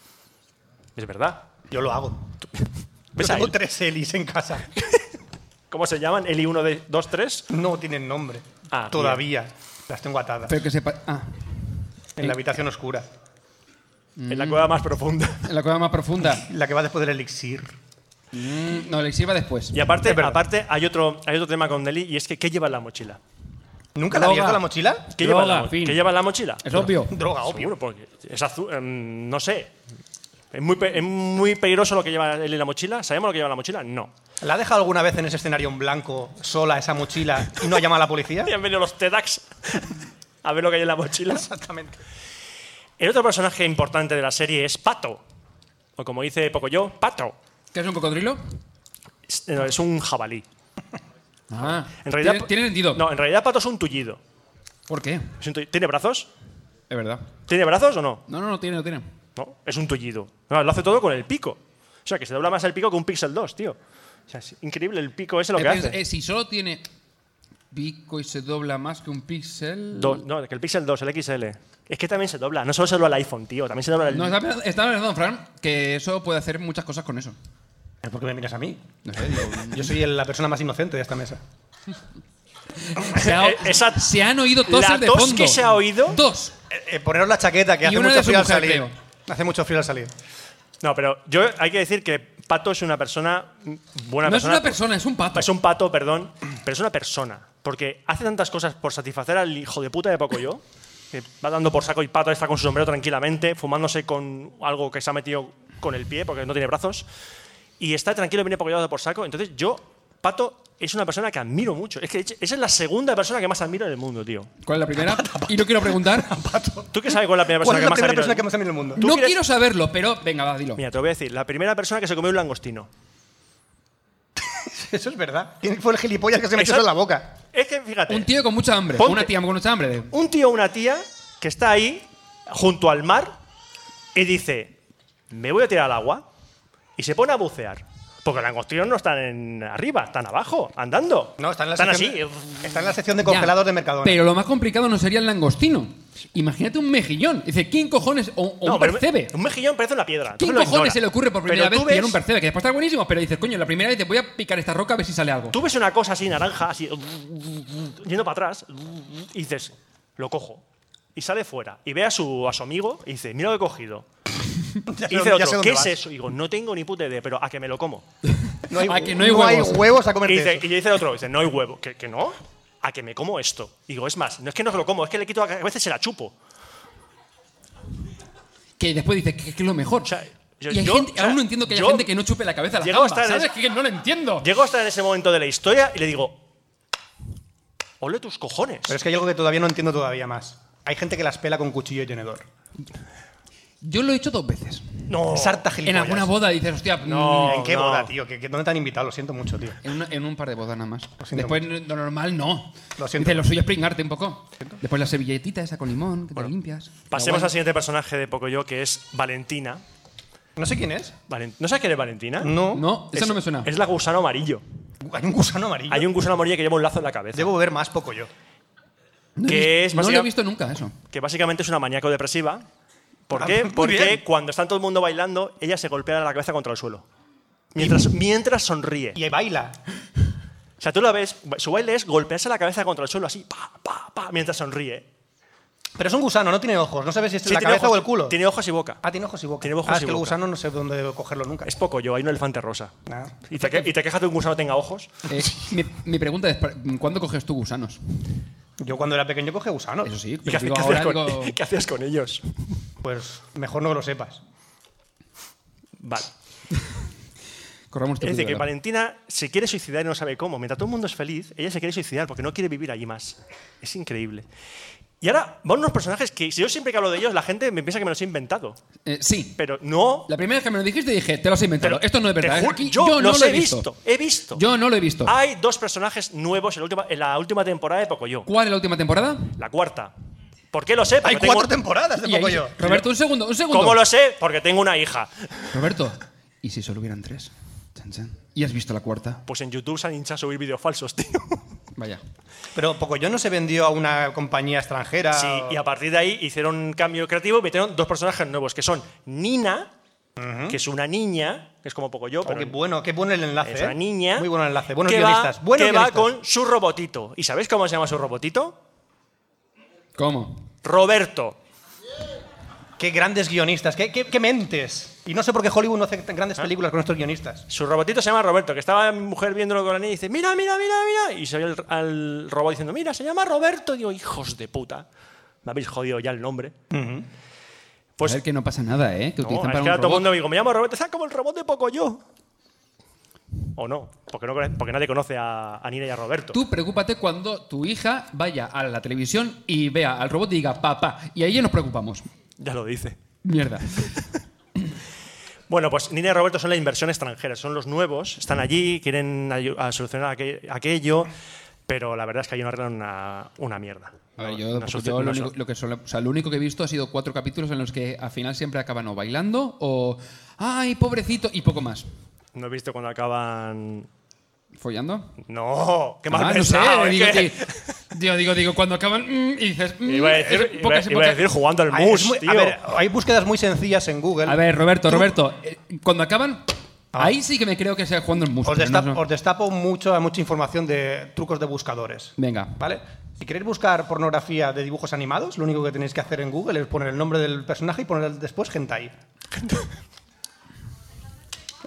Es verdad.
Yo lo hago. Yo
¿Ves a
tengo
él?
tres Elis en casa.
¿Cómo se llaman? Eli 1, 2, 3.
No tienen nombre.
Ah,
Todavía. Las tengo atadas.
Pero que sepa. Ah,
En la habitación oscura.
En la cueva más profunda.
en la cueva más profunda.
La que va después del elixir.
Mm, no, el exilio va después.
Y aparte,
Es verdad.
aparte hay, otro, hay otro tema con Eli y es que ¿qué lleva en la mochila?
¿Nunca le ha
Droga.
abierto la mochila?
¿Qué, lleva, en la,
Droga,
mo-
fin.
¿qué lleva en la mochila?
Es obvio.
Droga, obvio.
Seguro, porque es azul. no sé. ¿Es muy, pe- ¿Es muy peligroso lo que lleva Eli en la mochila? ¿Sabemos lo que lleva en la mochila? No.
¿La ha dejado alguna vez en ese escenario en blanco, sola, esa mochila, y no ha llamado a la policía?
Y han venido los TEDx a ver lo que hay en la mochila.
Exactamente.
El otro personaje importante de la serie es Pato. O como dice Pocoyo, Pato.
¿Qué es un cocodrilo?
Es- no, es un jabalí.
Ah,
En realidad,
tiene, tiene sentido.
No, en realidad Pato es un tullido.
¿Por qué?
Es un tullido. ¿Tiene brazos?
Es verdad.
¿Tiene brazos o no?
No, no, no tiene, no tiene.
No, es un tullido. No, lo hace todo con el pico. O sea, que se dobla más el pico que un Pixel 2, tío. O sea, es increíble el pico ese lo
Eh,
que
piensa-
hace.
eh, si solo tiene pico y se dobla más que un píxel.
Do- no, que el Pixel 2, el XL. Es que también se dobla. No solo se dobla el iPhone, tío. También se dobla el...
No, estaba pensando, estaba pensando, Fran, que eso puede hacer muchas cosas con eso.
¿Por qué me miras a mí? Yo soy el- la persona más inocente de esta mesa.
Se, ha-
Eh, esa-
se han oído toses
la
de
tos
fondo.
que se ha oído-
Dos.
Eh, eh, poneros la chaqueta, que
Y
hace
una
mucho
de su
frío al
mujer,
salir.
creo.
Hace mucho frío al salir.
No, pero yo hay que decir que Pato es una persona... mm, Buena
no es
persona.
una persona, es un pato.
Es un pato, perdón. Pero es una persona. Porque hace tantas cosas por satisfacer al hijo de puta de Pocoyo, que va dando por saco y Pato está con su sombrero tranquilamente, fumándose con algo que se ha metido con el pie porque no tiene brazos. Y está tranquilo y viene Pocoyo dando por saco. Entonces yo, Pato, es una persona que admiro mucho. Es que de hecho, esa es la segunda persona que más admiro en el mundo, tío.
¿Cuál es la primera? Y no quiero preguntar.
¿Tú qué sabes cuál es la primera
¿Cuál
persona
es
que
la
más
primera
admiro?
persona que más a mí en el mundo?
No
quieres-
quiero saberlo, pero venga, va, dilo.
Mira, te voy a decir, la primera persona que se comió un langostino.
Eso es verdad. ¿Quién fue el gilipollas que se metió
Exacto.
eso en la boca?
Es que fíjate.
Un tío con mucha hambre,
Ponte.
una tía con mucha hambre. de-
un tío o una tía que está ahí junto al mar y dice, me voy a tirar al agua y se pone a bucear. Porque los langostinos no están en arriba, están abajo, andando.
No, está en la
están así. eh,
sección de- está en la sección de
Ya,
congelados de Mercadona.
Pero lo más complicado no sería el langostino. Imagínate un mejillón. Dice, ¿quién cojones? O, o
No,
un
pero
percebe.
Un mejillón parece una piedra.
¿Quién
Entonces lo
cojones
ignora.
se le ocurre por
Pero
primera vez
tú
pillar
ves-
un percebe? Que después está buenísimo, pero dices, coño, la primera vez te voy a picar esta roca a ver si sale algo.
Tú ves una cosa así naranja, así, yendo para atrás, y dices, lo cojo. Y sale fuera. Y ve a su, a su amigo y dice, mira lo que he cogido.
Ya sé
Y dice
dónde- ya
otro,
sé dónde
¿qué
vas.
es eso? Y digo, no tengo ni puta idea, pero a que me lo como.
No hay,
Ah, que no hay huevos.
a comer
Y dice, y dice el otro, dice, no hay huevo. ¿Que, que no? ¿A que me como esto? Y digo, es más, no es que no se lo como, es que le quito, la ca- a veces se la chupo.
Que después dices, que, que es lo mejor.
O sea, yo-
y hay
yo-
gente,
o sea,
aún no entiendo que haya
yo-
gente que no chupe la cabeza a la
Llegado a
gamba,
estar en
¿Sabes? Que no lo entiendo.
Llego hasta en ese momento de la historia y le digo, ole tus cojones.
Pero es que hay algo que todavía no entiendo todavía más. Hay gente que las pela con cuchillo y tenedor.
Yo lo he hecho dos veces.
no,
Es harta
En
gilipollas.
alguna boda dices, hostia,
Oh. No.
mm,
¿En qué
No.
boda, tío? ¿Que, que dónde te han invitado? Lo siento mucho, tío.
En, una- en un par de bodas nada más.
siento
Después, lo normal, no.
Lo siento.
Dice, lo suyo es pringarte un poco. Después la servilletita esa con limón, que te limpias.
Pasemos
Pero
al siguiente personaje de Pocoyo, que es Valentina.
No sé quién es.
Valen- ¿No sabes quién es Valentina?
No.
guay. No, eso
Es-
no me suena.
Es la gusano amarillo.
Hay un gusano amarillo.
Hay un gusano amarillo que lleva un lazo en la cabeza.
Debo beber más poco yo.
No he
Que
vis-
es
no lo he
básica-
visto nunca eso.
que básicamente es una maníaco depresiva. ¿Por
Ah,
qué?
muy
Porque
bien.
cuando está todo el mundo bailando, ella se golpea la cabeza contra el suelo. Mientras, mientras sonríe.
Y baila.
O sea, tú la ves, su baile es golpearse la cabeza contra el suelo así, pa, pa, pa, mientras sonríe.
Pero es un gusano, no tiene ojos. No sabes si es
Sí,
la
tiene
cabeza
ojos-
o el culo.
Tiene ojos y boca.
Ah, tiene ojos y boca.
Tiene ojos
ah, es
y
que el
boca.
gusano no sé dónde debo cogerlo nunca.
Es poco yo, hay un elefante rosa.
Ah.
¿Y te, que- y te quejas de que un gusano tenga ojos?
Eh, mi, mi pregunta es, ¿para- ¿cuándo coges tú gusanos?
Yo cuando era pequeño cogía gusanos.
Eso sí,
¿Y qué,
pero
hace-
digo,
qué
ahora
hacías con,
digo-
qué hacías con ellos?
Pues mejor no que lo sepas.
Vale.
corramos
Es
tiempo
decir,
de
que
verdad.
Valentina se quiere suicidar y no sabe cómo. Mientras todo el mundo es feliz, ella se quiere suicidar porque no quiere vivir allí más. Es increíble. Y ahora van unos personajes que, si yo siempre que hablo de ellos, la gente me piensa que me los he inventado.
Eh, sí.
Pero no.
La primera vez que me lo dijiste dije, te lo has inventado.
pero
Esto no es
te
verdad.
ju-
Aquí-
yo,
no
los
lo
he visto. He visto.
Yo no lo he visto.
Hay dos personajes nuevos en la última, en la última temporada de Pocoyo.
¿Cuál es la última temporada?
La cuarta. ¿Por qué lo sé? Porque
Hay
tengo-
cuatro temporadas de
Y ahí-
poco yo.
Roberto, un segundo, un segundo.
¿Cómo lo sé? Porque tengo una hija.
Roberto, ¿y si solo hubieran tres? Chan, chan. ¿Y has visto la cuarta?
Pues en YouTube se han hinchado a subir vídeos falsos, tío.
Vaya.
Pero poco yo no se vendió a una compañía extranjera. Oh,
Sí,
o-
y a partir de ahí hicieron un cambio creativo y metieron dos personajes nuevos, que son Nina, que es una niña, que es como poco yo,
Oh,
pero
qué bueno, qué bueno el enlace.
es
¿eh?
una niña.
Muy bueno el enlace. Buenos
que
guionistas.
Va,
buenos
que va
guionistas.
con su robotito. ¿Y sabéis cómo se llama su robotito?
¿Cómo?
Roberto.
Qué grandes guionistas, qué, qué- qué mentes. Y no sé por qué Hollywood no hace tan
¿Ah?
grandes películas con estos guionistas.
Su robotito se llama Roberto, que estaba mi mujer viéndolo con la niña y dice, mira, mira, mira, mira. Y se oye al, al robot diciendo, mira, se llama Roberto. Y digo, hijos de puta, me habéis jodido ya el nombre.
a
Pues
ver que no pasa nada, ¿eh? Que
No,
utilizan
es
para
que
un
ahora todo el
robot.
mundo me digo, me llamo Roberto, ¿sabes como el robot de Pocoyo? O no, porque, no, conoce- porque nadie conoce a, a Nina y a Roberto.
Tú preocúpate cuando tu hija vaya a la televisión y vea al robot y diga papá. Y ahí ya nos preocupamos.
Ya lo dice.
Mierda.
Bueno, pues Nina y Roberto son la inversión extranjera, son los nuevos, están allí, quieren ayu- a solucionar aquel- aquello, pero la verdad es que ahí no arreglan una, una mierda.
A ver,
No-
yo,
no
pues,
solucion-
yo lo,
no
único,
so-
lo que solo- o sea, lo único que he visto ha sido cuatro capítulos en los que al final siempre acaban o bailando o ¡ay, pobrecito! y poco más.
no he visto cuando acaban...
¿Follando?
No, qué mal
Ah, no sé,
pensado, es
digo,
que-
que- digo, digo, digo, cuando acaban mm, y dices... mm,
Iba a decir,
es-
iba-
pocas-
iba a
pocas-
decir jugando al
Hay, es
mus,
muy-
tío.
a ver, hay búsquedas muy sencillas en Google.
A ver, Roberto, Roberto, eh, cuando acaban,
Ah.
ahí sí que me creo que sea jugando el músculo.
os, desta- os destapo mucho, mucha información de trucos de buscadores.
Venga.
¿Vale? Si queréis buscar pornografía de dibujos animados, lo único que tenéis que hacer en Google es poner el nombre del personaje y poner después hentai.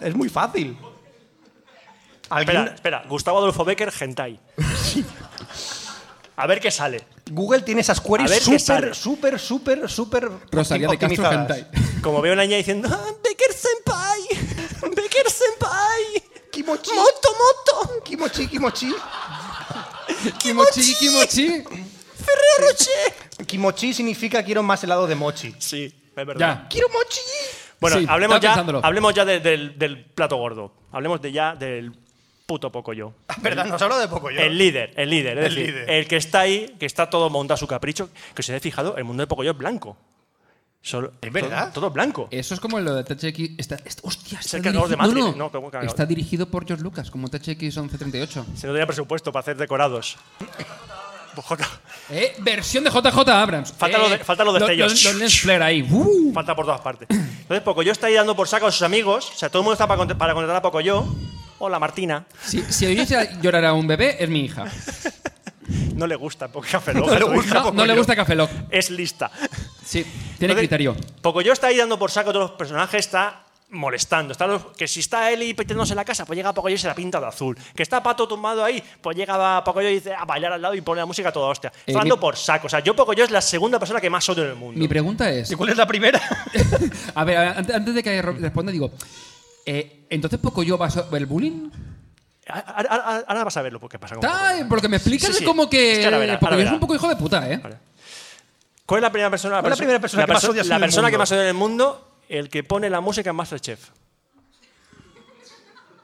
es muy fácil. ¿Alguien-
Espera, espera, Gustavo Adolfo Becker, Gentai. A ver qué sale.
Google tiene esas queries
A ver qué sale.
súper, súper, súper, súper
Rosalía de Castro
optimizadas.
Hentai.
Como veo a una niña diciendo, "Ah, Becker Senpai, Becker Senpai,
Kimochi,
moto, moto,
kimochi, kimochi.
Kimochi, Kimochi.
Ferrero Rocher.
Kimochi significa quiero más helado de mochi.
Sí, es verdad.
Ya.
¡Quiero mochi!
Bueno,
Sí,
hablemos,
estaba
ya,
pensándolo.
hablemos ya de- del, del plato gordo. Hablemos de ya del puto poco yo.
¿Verdad? Nos habla de poco yo.
El líder, el líder, es
El
decir,
líder.
el que está ahí, que está todo montado a su capricho, que si os he fijado, el mundo de Pocoyo es blanco. Solo,
¿Es verdad?
Todo, todo blanco.
Eso es como lo de THX. Está, está- hostia, está
el creador de
dirigido-
Matrix,
no,
¿no? Como creador.
está dirigido por George Lucas, como THX 1138.
Se no tenía presupuesto para hacer decorados. Pues, jota,
Eh, versión de JJ Abrams.
Falta
Eh,
lo de- falta lo de
Los,
Tellos.
los lens flare ahí. Uh.
Falta por todas partes. Entonces, Pocoyo está ahí dando por saco a sus amigos. O sea, todo el mundo está para, cont- para contratar a Pocoyo. Hola, Martina.
Si, si oyese llorar a un bebé, es mi hija.
No le gusta porque Café Lock, a tu hija.
No, no le gusta Café Lock.
Es lista.
Sí, tiene criterio.
Pocoyo está ahí dando por saco a todos los personajes, está molestando. Está los- que si está Eli peteándose la casa, pues llega Pocoyo y se la pinta de azul. Que está Pato tumbado ahí, pues llega Pocoyo y dice a bailar al lado y pone la música a toda hostia. Está
Eh,
dando
mi-
por saco. O sea, yo Pocoyo es la segunda persona que más odio en el mundo.
Mi pregunta es.
¿Y cuál es la primera?
a ver, antes, antes de que Rob responda, digo. eh, Entonces, poco yo vas el bullying.
A- a- a- a- Ahora vas a verlo, porque pasa con
Está,
Pocoyo.
porque me explicas
Sí, sí, sí.
como que.
Es que ahora verá,
porque
ahora
es
verá.
un poco hijo de puta, ¿eh?
Vale. ¿eh? ¿Cuál es la primera persona?
¿Cuál es la
perso-
primera persona que más
perso-
odias
la
en el
persona que
mundo?
más odia en el mundo, el que pone la música en Masterchef.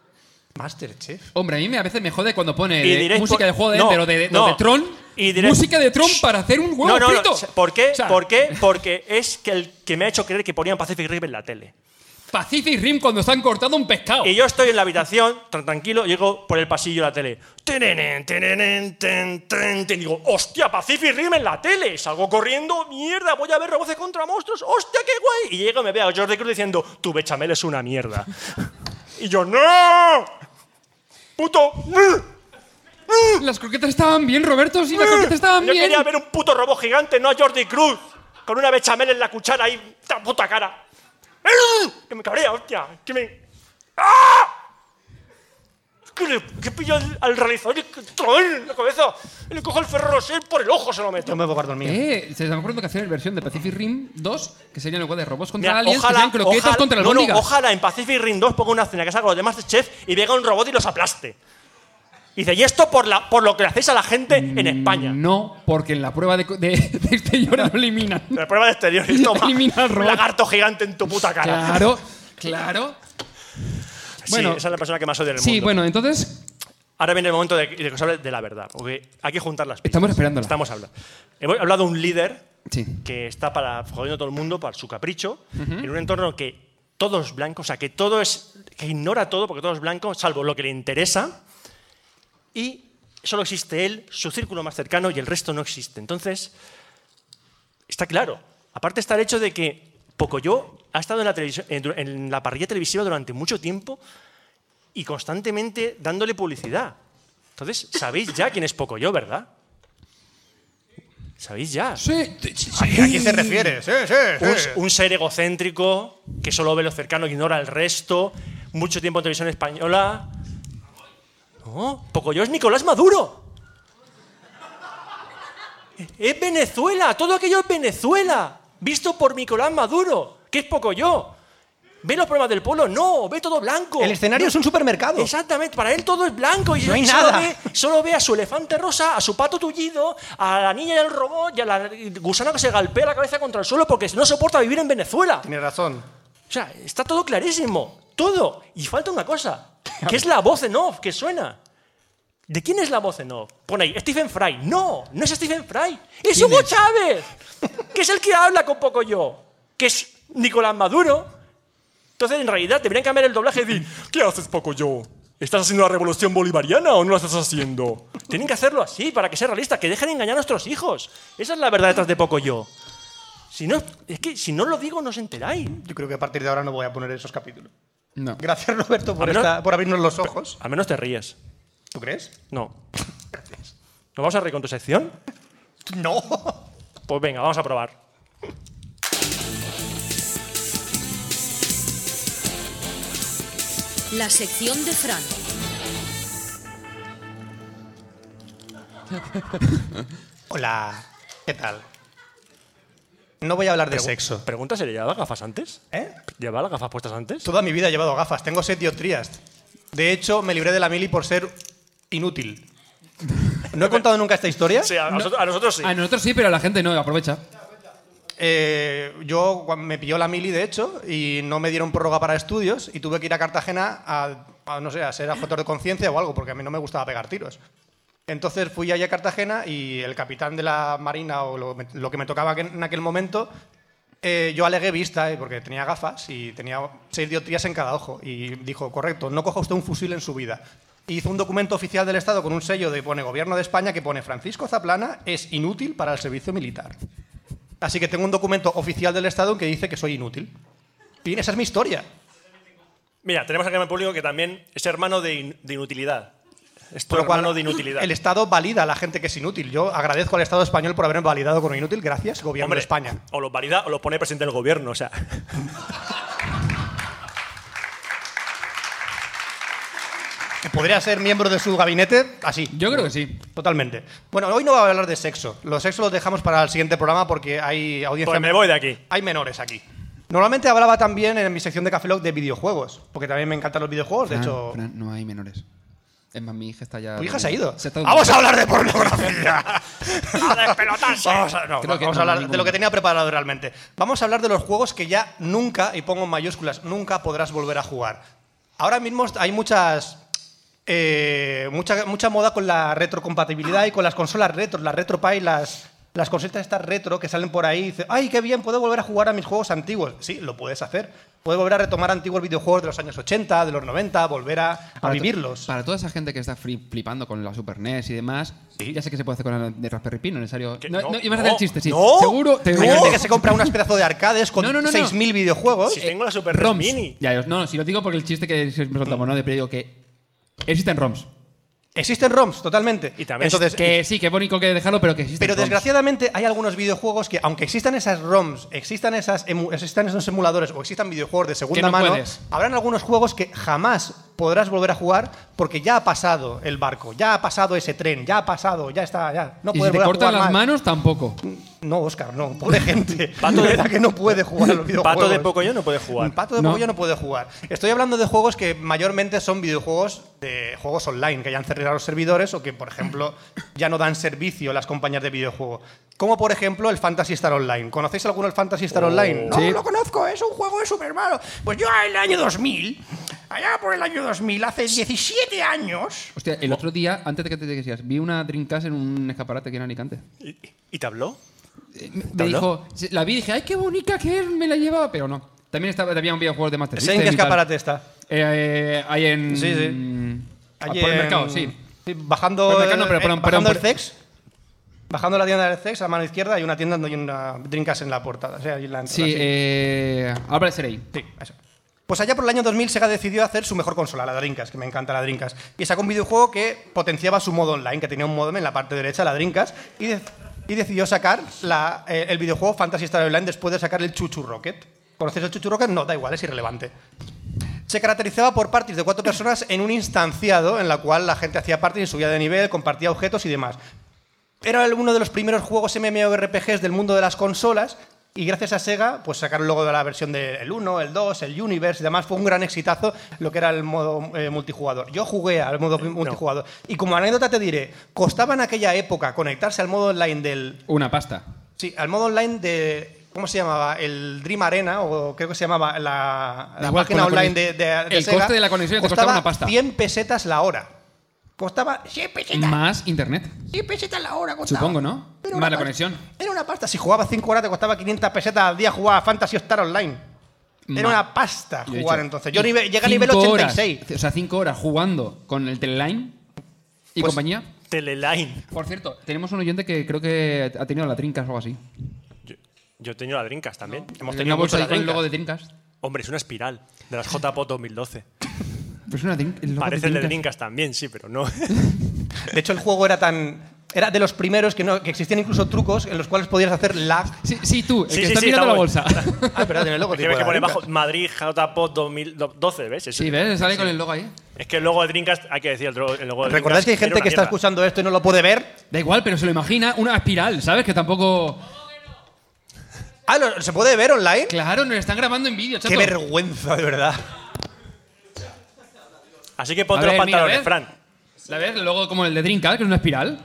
Masterchef.
Hombre, a mí me- a veces me jode cuando pone
Y
de-
diréis
música
por-
de juego de,
no,
pero de, de-
no.
de Tron.
Y diréis-
música de Tron para hacer un huevo
no, no,
frito.
no. ¿Por qué?
O sea,
¿Por qué? Porque es que el que me ha hecho creer que ponían Pacific Rim en la tele.
Pacific Rim cuando están cortando un pescado.
Y yo estoy en la habitación, tan tranquilo, llego por el pasillo de la tele. Tenenen, tenenen, ten, ten, ten. Digo, hostia, Pacific Rim en la tele. Salgo corriendo, mierda, voy a ver robots contra monstruos, hostia, qué guay. Y llego y me veo a Jordi Cruz diciendo, tu bechamel es una mierda. y yo, ¡no! ¡Puto!
Mm, Las croquetas estaban bien, Roberto, sí, las croquetas estaban
Yo
bien.
quería ver un puto robot gigante, no a Jordi Cruz, con una bechamel en la cuchara ahí, tan puta cara. ¡Que me cabrea, hostia! ¡Que me. ¡Ah! ¡Que le que pillo al, al realizador y que ¡tron! en la cabeza! Y le cojo el ferro Rocher por el ojo, se lo meto.
Yo me voy a guardar mío.
Eh, se me ocurriendo que hacer versión de Pacific Rim 2, que sería el lugar de robots contra
Mira,
aliens, que sean croquetas
ojalá-
contra
no,
albóndigas.
no, ojalá en Pacific Rim 2 ponga una escena que salga los demás de Chef y venga un robot y los aplaste. Y dice, y esto por, la, por lo que le hacéis a la gente en
Mm.
España.
No, porque en la prueba de, co- de, de exterior lo eliminan.
La prueba de exterior y toma
Elimina al
un
robot.
lagarto gigante en tu puta cara.
Claro, claro.
bueno,
Bueno.
esa es la persona que más odia en el
Sí,
mundo.
bueno, entonces
Ahora viene el momento de, de que os hable de la verdad. Porque hay que juntar las
Estamos esperándola.
Estamos hablando. Hemos hablado de un líder
Sí.
que está para jodiendo a todo el mundo para su capricho en un entorno que todo es blanco, o sea, que todo es que ignora todo porque todo es blanco, salvo lo que le interesa y solo existe él, su círculo más cercano y el resto no existe. Entonces, está claro. Aparte está el hecho de que Pocoyo ha estado en la, televisión- en- en la parrilla televisiva durante mucho tiempo y constantemente dándole publicidad. Entonces, sabéis ya quién es Pocoyo, ¿verdad? Sabéis ya.
Sí, t- sí, sí.
¿A quién te refieres? Sí, sí,
un,
sí.
un ser egocéntrico que solo ve lo cercano, ignora el resto. Mucho tiempo en televisión española. No, Pocoyo es Nicolás Maduro. Es Venezuela, todo aquello es Venezuela, visto por Nicolás Maduro, que es Pocoyo. ¿Ve los problemas del pueblo? No, ve todo blanco.
El escenario
No,
es un supermercado.
Exactamente, para él todo es blanco y
No hay
solo
nada.
Ve, solo ve a su elefante rosa, a su pato tullido, a la niña y al robot y a la gusana que se galpea la cabeza contra el suelo porque no soporta vivir en Venezuela.
Tienes razón.
O sea, está todo clarísimo, todo. Y falta una cosa, que es la voz en off que suena. ¿De quién es la voz en off? Pone ahí, Stephen Fry. No, no es Stephen Fry. Es Hugo Chávez, que es el que habla con poco yo, que es Nicolás Maduro. Entonces, en realidad, deberían cambiar el doblaje y decir, ¿qué haces poco yo? ¿Estás haciendo la revolución bolivariana o no la estás haciendo? Tienen que hacerlo así, para que sea realista, que dejen de engañar a nuestros hijos. Esa es la verdad detrás de poco yo. Si no, es que si no lo digo, no os enteráis.
Yo creo que a partir de ahora no voy a poner esos capítulos.
No.
Gracias, Roberto, por,
A ver,
esta- por abrirnos los ojos.
Al menos te ríes.
¿Tú crees?
No. ¿Nos vamos a reír con tu sección?
No.
Pues venga, vamos a probar.
La sección de Fran.
Hola. ¿Qué tal? No voy a hablar de sexo.
Pregunta sería, ¿llevaba gafas antes?
¿Eh?
¿Llevaba las gafas puestas antes?
Toda mi vida he llevado gafas. Tengo set dioptrías. De hecho, me libré de la mili por ser inútil. ¿No he contado nunca esta historia?
Sí, a, nosotros, a nosotros sí.
Ah,
A nosotros Ah, sí, pero a la gente no, aprovecha.
Eh, yo cuan- me pilló la mili, de hecho, y no me dieron prórroga para estudios y tuve que ir a Cartagena a, a, no sé, a ser objetor de conciencia o algo, porque a mí no me gustaba pegar tiros. Entonces fui allí a Cartagena y el capitán de la marina o lo, lo que me tocaba aqu- en aquel momento, eh, yo alegué vista, eh, porque tenía gafas y tenía seis dioptrías en cada ojo. Y dijo, correcto, no coja usted un fusil en su vida. Y Hizo un documento oficial del Estado con un sello de pone Gobierno de España que pone Francisco Zaplana es inútil para el servicio militar. Así que tengo un documento oficial del Estado que dice que soy inútil. Fin, esa es mi historia.
Mira, tenemos aquí en el público que también es hermano de, in- de inutilidad. Es tu
Por lo cual,
hermano de inutilidad.
El Estado valida a la gente que es inútil. Yo agradezco al Estado español por haberme validado con inútil. Gracias, gobierno
Hombre,
de España.
O los valida o los pone presidente del gobierno, o sea.
Que podría ser miembro de su gabinete así.
Yo creo que sí.
Totalmente. Bueno, hoy no va a hablar de sexo. Los sexos los dejamos para el siguiente programa porque hay audiencia.
Pues me voy de aquí.
Hay menores aquí. Normalmente hablaba también en mi sección de Café Lock de videojuegos, porque también me encantan los videojuegos. De
Fran,
hecho,
Fran, no hay menores. Es más, mi hija está ya.
tu hija se ha ido.
Se está
Vamos a hablar de pornografía.
¡A despelotarse!
Vamos a, no,
Creo que
vamos
no,
a hablar
ninguna.
de lo que tenía preparado realmente. Vamos a hablar de los juegos que ya nunca, y pongo en mayúsculas, nunca podrás volver a jugar. Ahora mismo hay muchas. eh, mucha, mucha moda con la retrocompatibilidad y con las consolas retro, las RetroPie, las las cositas estas retro que salen por ahí y dices, ¡ay, qué bien! Puedo volver a jugar a mis juegos antiguos. Sí, lo puedes hacer. Puedes volver a retomar antiguos videojuegos de los años 80, de los 90, volver a, a
Para to-
vivirlos.
Para toda esa gente que está fri- flipando con la Super NES y demás, ya sé que se puede hacer con la de Raspberry Pi, no es necesario.
Que
No,
no,
no, ibas a hacer
no,
el chiste, sí.
no.
Seguro,
Hay
te oh.
gente que se compra unas pedazos de arcades con
No, no, no, no.
6.000 videojuegos.
Si tengo la Super NES
ROMs.
Mini.
Ya, yo- no, no, si lo digo porque el chiste que se- me soltamos, ¿no? De digo que existen ROMs.
Existen ROMs, totalmente.
Y también
Entonces, eh,
Que sí, que es bonito que dejarlo, pero que existen
Pero
ROMs.
desgraciadamente hay algunos videojuegos que, aunque existan esas ROMs, existan, esas emu- existan esos emuladores o existan videojuegos de segunda
Que no
mano,
puedes.
habrán algunos juegos que jamás podrás volver a jugar porque ya ha pasado el barco, ya ha pasado ese tren, ya ha pasado, ya está, ya. No
Y
puedes
si te
volver a
cortan
jugar más.
las manos, tampoco.
No, Oscar, no. Pobre gente.
Pato
de
de-
verdad que no puede jugar a los videojuegos.
Pato de Pocoyo no puede jugar.
Pato de
No.
Pocoyo no puede jugar. Estoy hablando de juegos que mayormente son videojuegos de juegos online, que hayan cerrado los servidores o que, por ejemplo, ya no dan servicio las compañías de videojuego. Como, por ejemplo, el Fantasy Star Online. ¿Conocéis alguno el Fantasy Star Online? No,
Oh. Sí.
lo conozco, es un juego de super malo. Pues yo en el año 2000, allá por el año 2000, hace 17 años...
Hostia, el otro día, antes de que te digas, vi una Dreamcast en un escaparate aquí en Alicante.
¿Y, y te habló?
Eh, Me
¿Te
me
habló?
dijo, se- la vi y dije, ¡ay, qué bonita que es! Me la llevaba, pero no. También estaba, había un videojuego de Master
¿Sé
System.
en qué
y tal.
escaparate está?
Eh, eh, ahí en.
Sí, sí.
ah,
Allí
por el
en-
mercado, sí.
Bajando,
Por el mercado, no, pero
eh, bajando
perdón, perdón,
el
por-
Cex. Bajando la tienda del Cex, a mano izquierda, hay una tienda donde hay una drinkas en la portada. O sea, ahí en la entrada,
Sí,
sí.
eh. Álvaro Serey.
Sí, eso. Pues allá por el año 2000 Sega decidió hacer su mejor consola, la Drinkas, que me encanta la Drinkas. Y sacó un videojuego que potenciaba su modo online, que tenía un modem en la parte derecha, la Drinkas, y, de- y decidió sacar la- eh, el videojuego Fantasy Star Online después de sacar el Chuchu Rocket. ¿Conocéis el Chuchu Rocket? No, da igual, es irrelevante. Se caracterizaba por parties de cuatro personas en un instanciado en la cual la gente hacía parties, subía de nivel, compartía objetos y demás. Era uno de los primeros juegos MMORPGs del mundo de las consolas y gracias a Sega pues sacaron luego de la versión del 1, el 2, el Universe y demás. Fue un gran exitazo lo que era el modo eh, multijugador. Yo jugué al modo multijugador y como anécdota te diré, costaba en aquella época conectarse al modo online del...
Una pasta.
Sí, al modo online de... ¿Cómo se llamaba? El Dream Arena, o creo que se llamaba la, la
Igual,
página
con la
online de,
conexión.
de- de
El
Sega.
coste de la conexión te costaba una pasta.
100 pesetas la hora. Costaba 100 pesetas.
Más internet.
100 pesetas la hora costaba.
Supongo, ¿no?
Era una
Más la
pasta.
conexión.
Era una pasta. Si jugabas 5 horas te costaba 500 pesetas al día jugar a Fantasy Star Online. Era
Ma-
una pasta
Lo he
jugar
dicho.
entonces. Yo nive- llegué a
Cinco
nivel
horas,
86.
o sea, cinco horas jugando con el Teleline y
Pues-
compañía.
Teleline.
Por cierto, tenemos un oyente que creo que ha tenido la Trincas o algo así.
Yo, yo he tenido la Drinkas también. Hemos
una
tenido mucho
bolsa
la
ahí con el
Dreamcast.
logo de Trincas.
Hombre, es una espiral de las JPOT 2012.
Pues una Dream- el logo
Parece el de
Dreamcast.
Drinkas también, sí, pero no.
De hecho, el juego era tan. Era de los primeros que, no, que existían incluso trucos en los cuales podías hacer lag.
Sí, sí, tú, el
Sí,
que
sí,
está
sí,
mirando la
estamos-
bolsa.
Ah, perdón, en el logo.
Porque
tipo
ves que
la
pone
Dreamcast.
bajo Madrid JPOT 2012, ¿ves? Es,
sí, ¿ves? Sale con el logo ahí.
es que el logo de Drinkas, hay que decir, el dro- el logo de Dreamcast
¿Recordáis que hay
era
gente
una
que está
mierda.
escuchando esto y no lo puede ver?
Da igual, pero se lo imagina una espiral, ¿sabes? Que tampoco.
Ah, ¿lo- ¿se puede ver online?
Claro, nos están grabando en vídeo, chato.
Qué vergüenza, de verdad.
Así que ponte
A
los
ver, mira,
pantalones,
a ver.
Fran.
¿La ves? El logo como el de Dreamcast, que es una espiral.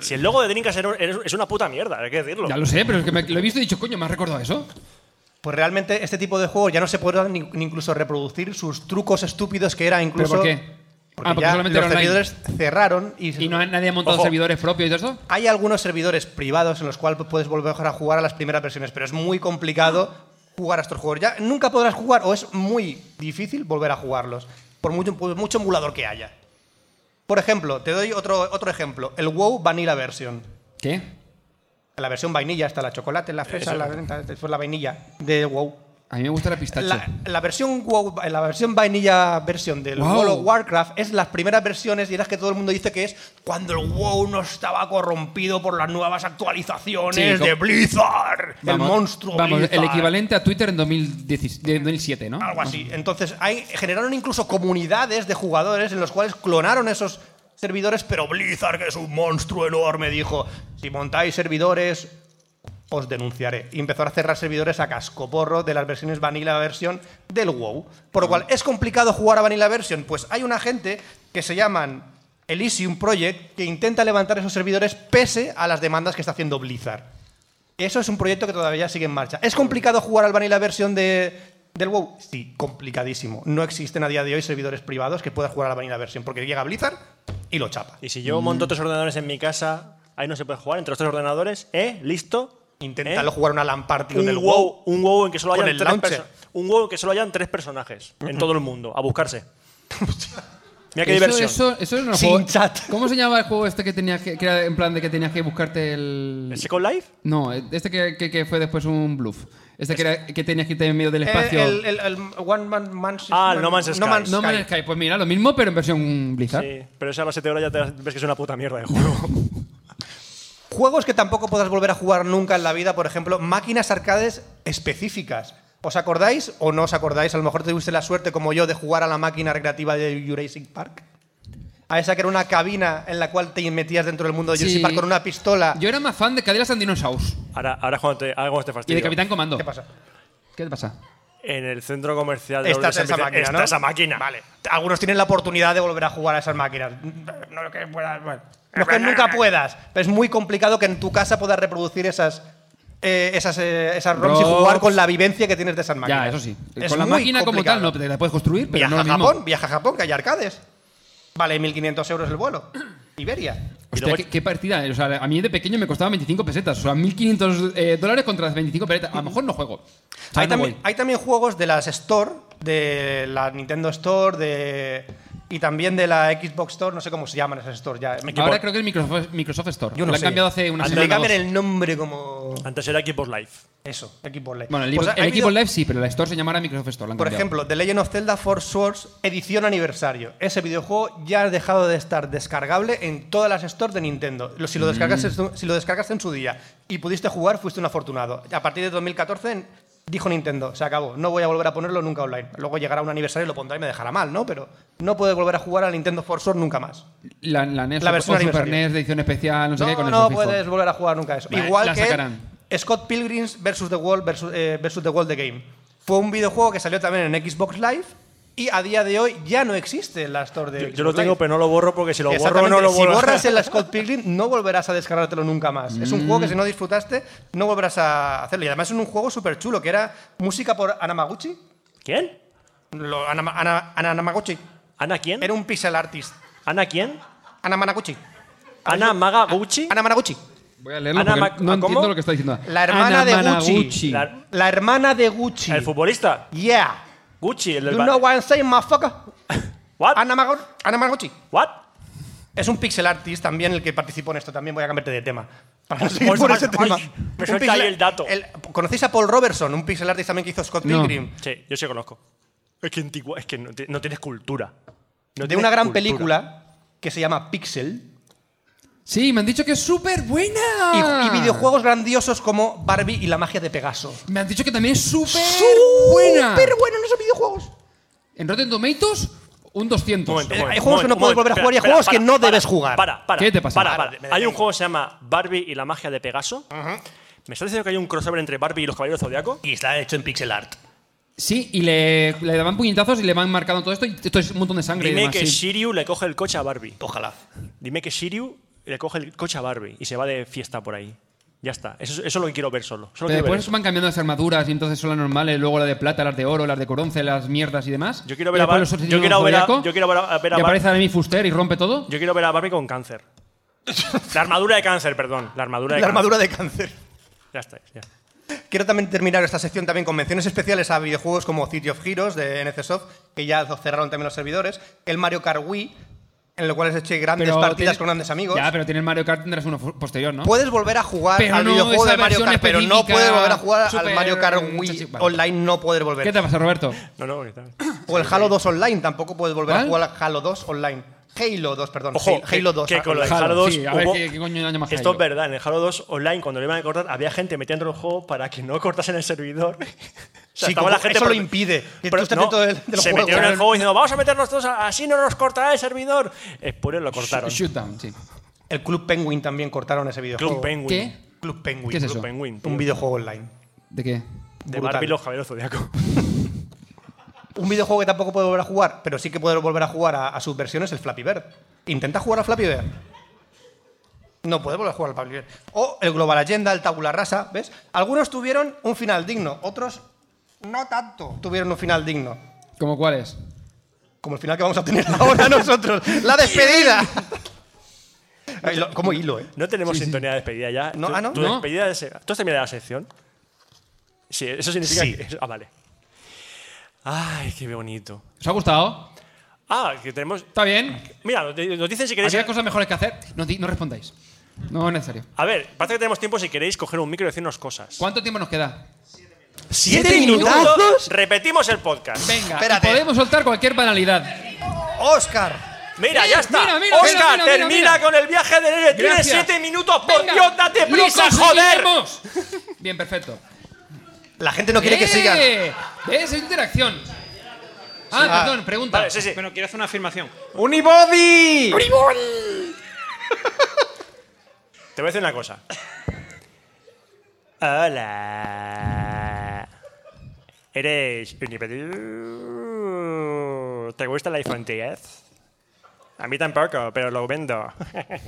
Si el logo de Drinkas era un- era- es una puta mierda, hay que decirlo.
Ya lo sé, pero es que me- lo he visto y he dicho, coño, me has recordado eso.
Pues realmente este tipo de juegos ya no se podrán ni, ni incluso reproducir sus trucos estúpidos que era
¿Pero
incluso.
por qué?
Porque,
ah, porque
ya
solamente
los
era online.
servidores cerraron y,
Y no, nadie ha montado
Ojo.
servidores propios y todo eso.
hay algunos servidores privados en los cuales puedes volver a jugar a las primeras versiones, pero es muy complicado jugar a estos juegos. Ya nunca podrás jugar o es muy difícil volver a jugarlos, por mucho, por mucho emulador que haya. Por ejemplo, te doy otro, otro ejemplo, el WoW Vanilla Version.
¿Qué?
La versión vainilla está la chocolate, la fresa,
Eso.
la, después la vainilla de WoW.
A mí me gusta la pistacho.
La, la versión WoW, la versión vainilla versión del
Wow.
World of Warcraft es las primeras versiones y las que todo el mundo dice que es cuando el WoW no estaba corrompido por las nuevas
Sí,
actualizaciones
como-
de Blizzard,
Vamos,
el monstruo
Vamos, el
Blizzard,
equivalente a Twitter en 2010 de 2007, ¿no?
algo así. Entonces, hay, generaron incluso comunidades de jugadores en los cuales clonaron esos servidores, pero Blizzard, que es un monstruo enorme, dijo, si montáis servidores os denunciaré. Y empezó a cerrar servidores a cascoporro de las versiones Vanilla Version del WoW. Por lo cual, ¿es complicado jugar a Vanilla Version? Pues hay una gente que se llaman Elysium Project que intenta levantar esos servidores pese a las demandas que está haciendo Blizzard. Eso es un proyecto que todavía sigue en marcha. ¿Es complicado jugar al Vanilla Version de, del WoW? Sí, complicadísimo. No existen a día de hoy servidores privados que puedan jugar a la Vanilla Version porque llega Blizzard y lo chapa.
Y si yo monto otros ordenadores en mi casa, Ahí no se puede jugar entre los tres ordenadores. ¿Eh? ¿Listo?
Inténtalo
¿Eh?
jugar una LAN party
un
con el
WoW,
WoW.
un WoW en que solo
Con
hayan
el
tres
launcher.
perso- un WoW en que solo hayan tres personajes en todo el mundo a buscarse. Mira qué
Eso-
diversión.
Eso, eso era un
Sin
juego-
chat.
¿Cómo se llamaba el juego este que tenías que, que era en plan de que tenías que buscarte el.
¿El Second Life?
No, este que, que- que fue después un bluff. Este que, era, que tenías que irte en medio del
El,
espacio.
Eh, el, el- el One Man Man's-
Ah, el No Man's Sky.
no
Sky.
Man's Sky, pues mira, lo mismo, pero en versión Blizzard.
Sí, pero esa a las 7 horas ya te ves que es una puta mierda de juego.
Juegos que tampoco podrás volver a jugar nunca en la vida, por ejemplo, máquinas arcades específicas. ¿Os acordáis o no os acordáis? A lo mejor tuviste la suerte, como yo, de jugar a la máquina recreativa de Jurassic Park. A esa que era una cabina en la cual te metías dentro del mundo de Jurassic
Sí.
Park con una pistola.
Yo era más fan de Caderas and Dinosaurs
Ahora, ahora es cuando te, ahora es cuando te
y
fastidio.
de Capitán Comando.
¿Qué pasa?
¿Qué te pasa?
En el centro comercial de
Está
Obrero
esa
San Vicente-
máquina,
está
¿no?
esa máquina. Vale.
Algunos tienen la oportunidad de volver a jugar a esas máquinas. No que puedas, bueno. No que nunca
eh,
puedas. Pero es muy complicado que en tu casa puedas reproducir esas. eh, esas, eh, esas ROMs y
Roms.
jugar con la vivencia que tienes de esas máquinas.
Ya, eso sí.
Es
Con la
muy
máquina como
complicado.
tal no te la puedes construir, pero
viaja
no lo
a
mismo.
Japón, viaja a Japón, que hay arcades. Vale 1.500 euros el vuelo. Iberia.
Hostia,
luego-
qué, qué partida. eh. O sea, a mí de pequeño me costaba 25 pesetas. O sea, 1.500 eh, dólares contra las 25 pesetas. A lo mejor no juego. O sea,
Hay,
no
también,
voy.
hay también juegos de las Store, de la Nintendo Store, de. Y también de la Xbox Store, no sé cómo se llaman esas stores ya. Me equivoco.
Ahora creo que es Microsoft, Microsoft Store.
Yo no
lo han
sé.
cambiado hace una
Antes
Le
semana. o
cambian
dos.
el nombre como.
Antes era Equipos Life.
Eso, Equipo Live.
Bueno, el,
Pues
equipo-
ha-
el
ha
equipo
habido,
Live sí, pero la Store se llamará Microsoft Store. la han
Por
cambiado.
ejemplo, The Legend of Zelda Force Swords, edición aniversario. Ese videojuego ya ha dejado de estar descargable en todas las stores de Nintendo. Lo- Si lo,
Mm.
descargas, si lo descargaste en su día y pudiste jugar, fuiste un afortunado. A partir de 2014 en- dijo Nintendo, se acabó, no voy a volver a ponerlo nunca online. Luego llegará un aniversario y lo pondrá y me dejará mal, ¿no? Pero no puedes volver a jugar al Nintendo Force Swords nunca más.
la, la NES
la
o-
versión
o Super
aniversario.
NES de edición especial, no sé qué,
No,
con
no
eso fijo.
puedes volver a jugar nunca eso.
Vale,
Igual
la
que
sacarán.
Scott Pilgrims versus The World versus, eh, versus The World The Game. Fue un videojuego que salió también en Xbox Live y a día de hoy ya no existe en la Store de
Yo,
Xbox
yo lo tengo,
Live.
pero no lo borro porque si lo borro
Eh, Exactamente,
no lo
si
borro.
borras el Scott Pilgrim no volverás a descargártelo nunca más. Es
Mm.
un juego que si no disfrutaste no volverás a hacerlo. Y además es un juego súper chulo que era música por Anamaguchi.
¿Quién?
Lo, Anama- Ana- Ana- Anamaguchi.
¿Ana quién?
Era un pixel artist.
¿Ana quién?
Anamanaguchi.
¿Ana Magaguchi?
Anamanaguchi.
Voy a leerlo
Ana
porque
Mac-
no
¿a cómo?
entiendo lo que está diciendo.
La hermana
Ana
de
Managuchi.
Gucci.
La-
La hermana de Gucci.
¿El futbolista?
Yeah.
Gucci, el del Ah.
You
ba-
know what I'm saying, motherfucker?
What?
Ana Mago- Ana Magochi.
What?
Es un pixel artist también el que participó en esto. También voy a cambiarte de tema. Para no seguir
Pues,
por
ay,
ese
ay,
tema.
me
Un
suelta
pixel-
ahí el dato.
¿Conocéis a Paul Robertson? Un pixel artist también que hizo Scott
No.
Pilgrim.
Sí, yo sí conozco. Es que antigua, es que no, ti- no tienes cultura. No
de
tienes
una gran
cultura.
película que se llama Pixel.
Sí, me han dicho que es súper buena.
Y,
Ah.
y videojuegos grandiosos como Barbie y la magia de Pegaso.
Me han dicho que también es súper buena.
Pero bueno, en esos videojuegos.
En Rotten Tomatoes, un 200.
Un momento, un
Eh, Hay
momento,
juegos que
un
no
momento,
puedes volver a jugar y hay
espera,
juegos
espera,
que no
para,
debes jugar.
Para, para.
¿Qué te pasa?
Para,
Para,
para. Hay un juego que se llama Barbie y la magia de Pegaso. ¿Me estás diciendo que hay un crossover entre Barbie y los caballeros zodiaco?
Y está hecho en pixel art.
Sí, y le, le daban puñetazos y le van marcando todo esto y esto es un montón de sangre y
Dime
demás.
que
sí.
Shiryu le coge el coche a Barbie.
Ojalá.
Dime que Shiryu le coge el coche a Barbie y se va de fiesta por ahí. Ya está. Eso, eso es lo que quiero ver solo. Solo
Pero
quiero ver
después
eso.
van cambiando las armaduras y entonces son las normales, luego las de plata, las de oro, las de coronce, las mierdas y demás.
Yo quiero
Y
ver a
después
Bar-
los
yo
asesinos
quiero ver a-
zodiaco,
yo quiero ver a- ver a
y
Bar-
aparece Amy Fuster y rompe todo.
Yo quiero ver a Barbie con cáncer. la armadura de cáncer, perdón. La armadura de
La
cáncer.
armadura de cáncer.
Ya está. ya.
Quiero también terminar esta sección también con menciones especiales a videojuegos como City of Heroes de NCSoft, que ya lo cerraron también los servidores, el Mario Kart Wii, en el cual has hecho grandes partidas
tienes-
con grandes amigos.
Ya, pero tienes Mario Kart, tendrás uno fu- posterior, ¿no?
Puedes volver a jugar
Pero
al
no
videojuego
esa
de Mario
versión
Kart, pero no
específica,
puedes volver a jugar al
super-
Mario Kart
chachi-
Wii
vale.
online, no puedes volver.
¿Qué te pasa, Roberto?
No, no, que tal.
O el Halo 2 online, tampoco puedes volver a
¿Cuál?
jugar al Halo 2 online. Halo 2, perdón.
Ojo,
Halo- Halo
que-
2.
que
ah,
con el
online.
Halo 2
sí, a ver
hubo-
qué, qué coño llama
Esto es verdad, en el Halo 2 online, cuando lo iban a cortar, había gente metiendo el juego para que no cortasen el servidor. O sea,
Sí,
estaba
como- eso
por-
lo impide, que
Pero
tú estés
no,
dentro del- del
se
juego.
metieron en el juego diciendo, vamos a meternos todos, así no nos cortará el servidor. Spoiler, lo cortaron.
Shootdown, sí.
El Club Penguin también cortaron ese videojuego.
Club Penguin.
¿Qué?
Club Penguin.
¿Qué es eso?
Club Penguin, tío.
Un videojuego online.
¿De qué?
De
brutal.
Barbie y los caballeros zodiacos.
Un videojuego que tampoco puedo volver a jugar, pero sí que puedo volver a jugar a, a sus versiones, el Flappy Bird. Intenta jugar a Flappy Bird. No puedes volver a jugar al Flappy Bird. O el Global Agenda, el Tabula Rasa, ¿ves? Algunos tuvieron un final digno, otros no tanto tuvieron un final digno.
¿Cómo cuál es?
Como el final que vamos a tener ahora nosotros. ¡La despedida! Ay, lo- Como hilo, ¿eh?
No tenemos sintonía de despedida ya.
No,
Tu-
ah, no.
tu
No.
despedida es- ¿Tú has terminado la sección? Sí, eso significa
Sí.
que. Ah, vale. Ay, qué bonito.
¿Os ha gustado?
Ah, que tenemos.
¿Está bien?
Mira, nos nos dicen si queréis.
¿Había cosas mejores que hacer? No, di- no respondáis. No es necesario.
A ver, parece que tenemos tiempo si queréis coger un micro y decirnos cosas.
¿Cuánto tiempo nos queda?
¿Siete
minutazos?
Repetimos el podcast.
Venga,
Espérate.
y podemos soltar cualquier banalidad.
¡Oscar!
Mira, ya está.
mira, mira,
Oscar,
mira, mira,
termina
mira.
con el viaje del héroe. Tienes
Gracias.
siete minutos, por
Venga,
Dios, date
lo
prisa, joder.
conseguiremos. Bien, perfecto.
La gente no quiere que
¡Eh!
sigan.
¿Ves? Es interacción. Ah,
Ah.
perdón, pregunta.
Vale, sí, sí.
Bueno, quiero hacer una afirmación.
¡Unibody!
Te voy a decir una cosa. Hola. ¿Eres unipedú? ¿Te gusta el iPhone 10? A mí tampoco, pero lo vendo.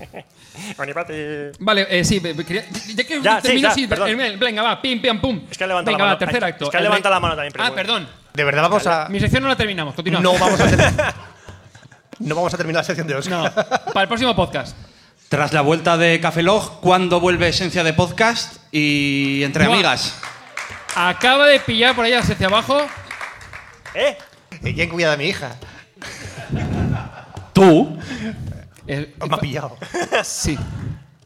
Unipedú.
Vale, eh, sí, be- be- quería- ya que
Ya, sí,
termino,
ya,
sí,
perdón.
eh, venga, va, pim, pim, pum.
Es que ha levantado
venga,
la mano.
va, tercer
Ay,
acto.
es que ha
El
levantado
rey-
la mano también, pero
Ah,
bueno.
perdón.
De verdad vamos a.
Mi sección no la terminamos, continúa.
No vamos a, ter- no vamos a terminar la sección de Oscar.
No, para el próximo podcast.
Tras la vuelta de Café Log, ¿cuándo vuelve Esencia de Podcast y Entre
Buah.
Amigas?
Acaba de pillar por ahí hacia abajo.
¿Eh?
¿Y ¿Quién cuida de mi hija?
Tú.
Eh,
Oh, Me ha pillado.
Sí.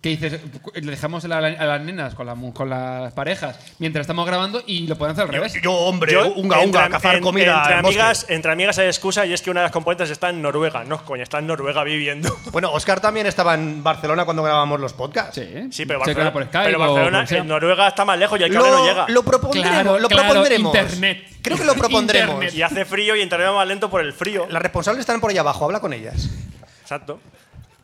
¿Qué dices? Le dejamos a, la- a las nenas con, la mu- con las parejas mientras estamos grabando y lo pueden hacer al revés.
Yo, hombre,
Yo-
unga, unga,
entre-
cazar
en-
comida.
Entre
al bosque.
amigas, entre amigas hay excusa y es que una de las componentes está en Noruega. No, coño, está en Noruega viviendo.
Bueno, Oscar también estaba en Barcelona cuando grabábamos los podcasts.
Sí, ¿eh?
Sí, pero
Se
Barcelona,
crea por Skype
pero
o por
Barcelona
sea.
en Noruega está más lejos y el cable no llega.
Lo, lo propondremos,
Claro,
lo
claro,
propondremos.
internet.
Creo que lo propondremos.
Internet.
Y hace frío y entraremos más lento por el frío.
Las responsables están por ahí abajo, habla con ellas.
Exacto.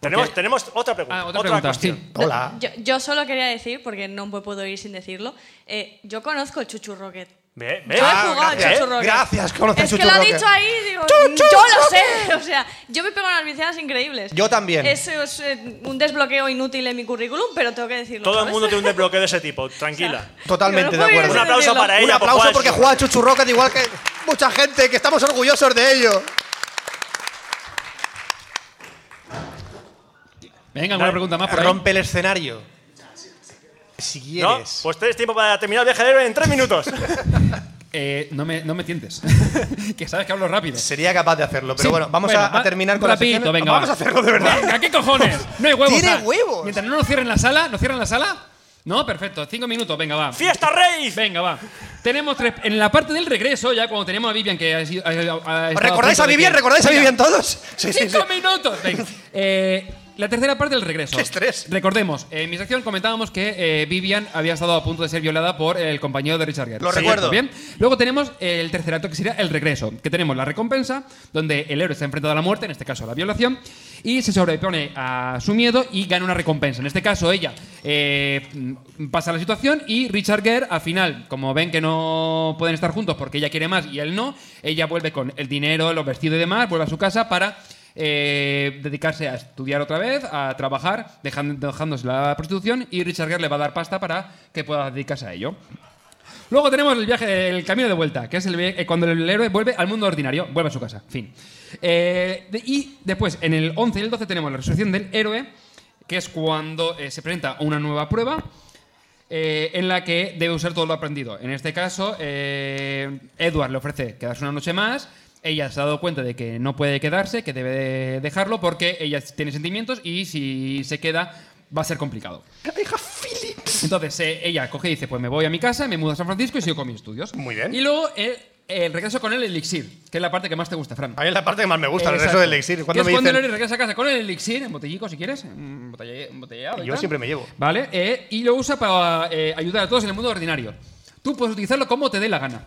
Tenemos, tenemos otra pregunta.
Ah, otra,
otra
pregunta.
cuestión.
sí.
Hola.
Yo, yo solo quería decir, porque no me puedo ir sin decirlo, eh, yo conozco el Chuchu Rocket.
Ve, ve.
Yo he jugado al
gracias,
Chuchu
¿eh?
Rocket.
Ah, Gracias, conoces
Es
Chuchu
que lo ha
Rocket.
dicho ahí, digo, "Mm,
Chuchu
yo lo
Rocket.
sé. O sea, yo me pego unas viciadas increíbles.
Yo también.
Eso es eh, un desbloqueo inútil en mi currículum, pero tengo que decirlo.
Todo el
¿sabes?
mundo tiene un desbloqueo de ese tipo, tranquila.
Totalmente
Yo no
de
puedo
acuerdo.
Un aplauso
decirlo.
para
Un
ella. por
aplauso
jugar
porque
al
juega a Chuchu Rocket igual que mucha gente, que estamos orgullosos de ello.
Venga, alguna pregunta más Ah, por ahí.
Rompe el escenario. Si
¿No?
quieres.
Pues tienes tiempo para terminar el viaje del héroe en tres minutos.
Eh, no, me, no me tientes. que sabes que hablo rápido.
Sería capaz de hacerlo, pero
Sí,
bueno, vamos a,
va-
a terminar con
rapidito,
la sección.
venga,
Vamos
va.
a hacerlo de verdad.
Venga, ¿qué cojones? No hay huevos.
Tiene
ah.
huevos.
Mientras no nos cierren la sala, ¿nos cierran la sala? No, perfecto. Cinco minutos, venga, va.
¡Fiesta Rey!
Venga, va. Tenemos tres. En la parte del regreso, ya cuando teníamos a Vivian, que ha sido. ha- ha- ha
¿Os
estado
¿Recordáis
punto
a
de
Vivian?
que-
¿Recordáis a
Venga,
Vivian todos? Sí, sí, sí.
¡Cinco minutos! Venga. Eh, la tercera parte del regreso.
¡Qué estrés!
Recordemos, en mi sección comentábamos que eh, Vivian había estado a punto de ser violada por el compañero de Richard Gere.
Lo recuerdo.
Bien. Luego tenemos el tercer acto, que sería el regreso. Que tenemos la recompensa, donde el héroe está enfrentado a la muerte, en este caso a la violación, y se sobrepone a su miedo y gana una recompensa. En este caso, ella eh, mm, pasa la situación y Richard Gere, al final, como ven que no pueden estar juntos porque ella quiere más y él no, ella vuelve con el dinero, los vestidos y demás, vuelve a su casa para eh, dedicarse a estudiar otra vez, a trabajar, dejando, dejándose la prostitución y Richard Gere le va a dar pasta para que pueda dedicarse a ello. Luego tenemos el viaje, el camino de vuelta, que es el, vi- eh, cuando el héroe vuelve al mundo ordinario, vuelve a su casa, fin. Eh, de- y después, en el 11 y el 12 tenemos la resurrección del héroe, que es cuando eh, se presenta una nueva prueba eh, en la que debe usar todo lo aprendido. En este caso, eh, Edward le ofrece quedarse una noche más. Ella se ha dado cuenta de que no puede quedarse, que debe de dejarlo porque ella tiene sentimientos y si se queda va a ser complicado. Entonces eh, ella coge y dice, pues me voy a mi casa, me mudo a San Francisco y sigo con mis estudios.
Muy bien.
Y luego el, el regreso con el elixir, que es la parte que más te gusta, Fran.
A mí es la parte que más me gusta, el
Exacto.
regreso del elixir.
Que
Cuando
es
me
cuando
dicen,
Lori regresa a casa con el elixir, en botellico si quieres, en botella- embotellado y
Yo
tal.
siempre me llevo.
Vale, eh, y lo usa para eh, ayudar a todos en el mundo ordinario. Tú puedes utilizarlo como te dé la gana.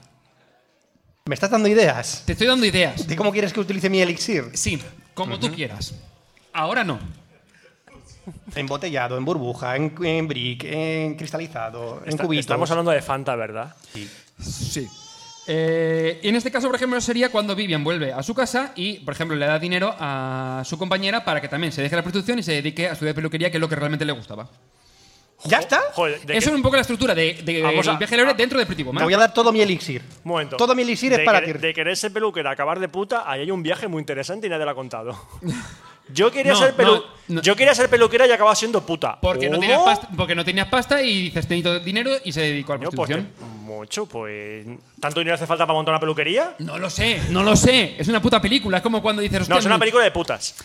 ¿me estás dando ideas?
Te estoy dando ideas.
¿De cómo quieres que utilice mi elixir?
Sí, como tú quieras. Ahora no.
Embotellado, en burbuja, en, en brick, en cristalizado, en
Está-
cubitos.
estamos hablando de Fanta, ¿verdad?
Sí. Eh, y en este caso, por ejemplo, sería cuando Vivian vuelve a su casa y, por ejemplo, le da dinero a su compañera para que también se deje la prostitución y se dedique a estudiar peluquería, que es lo que realmente le gustaba.
¿Ya está?
Joder, ¿de
Eso
qué-
es un poco la estructura de, de-
Vamos
del
a-
viaje del héroe
a-
dentro de Pretty Woman.
Te voy a dar todo mi elixir.
Un momento.
Todo mi elixir es
De
para
querer-
ti.
De querer ser peluquera, acabar de puta, ahí hay un viaje muy interesante y nadie lo ha contado. Yo quería,
No,
ser pelu-
no, no.
yo quería ser peluquera y acababa siendo puta.
Porque no,
¿Cómo?
tenías pasta, porque no tenías pasta y dices, necesito dinero y se dedicó a la
Yo, porque
prostitución.
mucho, pues. ¿Tanto dinero hace falta para montar una peluquería?
No lo sé, no lo sé. Es una puta película. Es como cuando dices...
No,
"Hostia,
es una película de putas.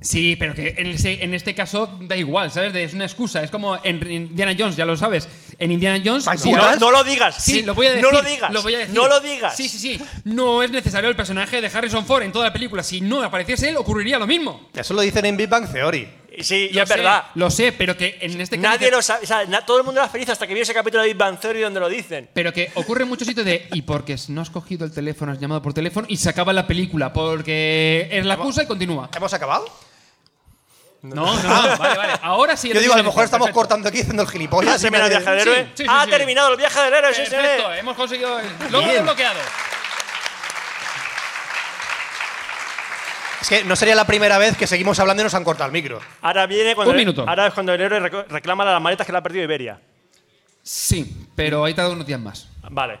Sí, pero que en, ese- en este caso da igual, ¿sabes? Es una excusa. Es como en Indiana Jones, ya lo sabes. En Indiana Jones...
Sí, no, no lo digas.
Sí, lo voy a decir.
No lo digas.
voy a decir.
No lo digas.
Sí, sí, sí. No es necesario el personaje de Harrison Ford en toda la película. Si no apareciese él, ocurriría lo mismo.
Eso lo dicen en Big Bang Theory.
Sí, y
Lo
es
sé,
verdad.
Lo sé, pero que en este caso...
Nadie lo sabe. o sea, na- todo el mundo era feliz hasta que vio ese capítulo de Big Bang Theory donde lo dicen.
Pero que ocurre en muchos sitios de. Y porque no has cogido el teléfono, has llamado por teléfono y se acaba la película. Porque es la acusa y continúa.
¿Hemos acabado?
No, no, no, vale, vale. Ahora sí.
Yo digo, a lo mejor
perfecto.
estamos cortando aquí haciendo el
¿Ha
gilipollas. en
terminado
vez
el
de-
viaje del
Sí,
héroe? Ah,
sí, sí,
¡Ha
sí.
terminado el viaje del héroe! sí,
Perfecto,
señor!
hemos conseguido. el Logro
Bien.
desbloqueado.
Es que no sería la primera vez que seguimos hablando y nos han cortado el micro.
Ahora viene cuando.
Un
el-
minuto.
Ahora es cuando el héroe reco- reclama las maletas que le ha perdido Iberia.
Sí, pero ahí te ha dado unos días más.
Vale.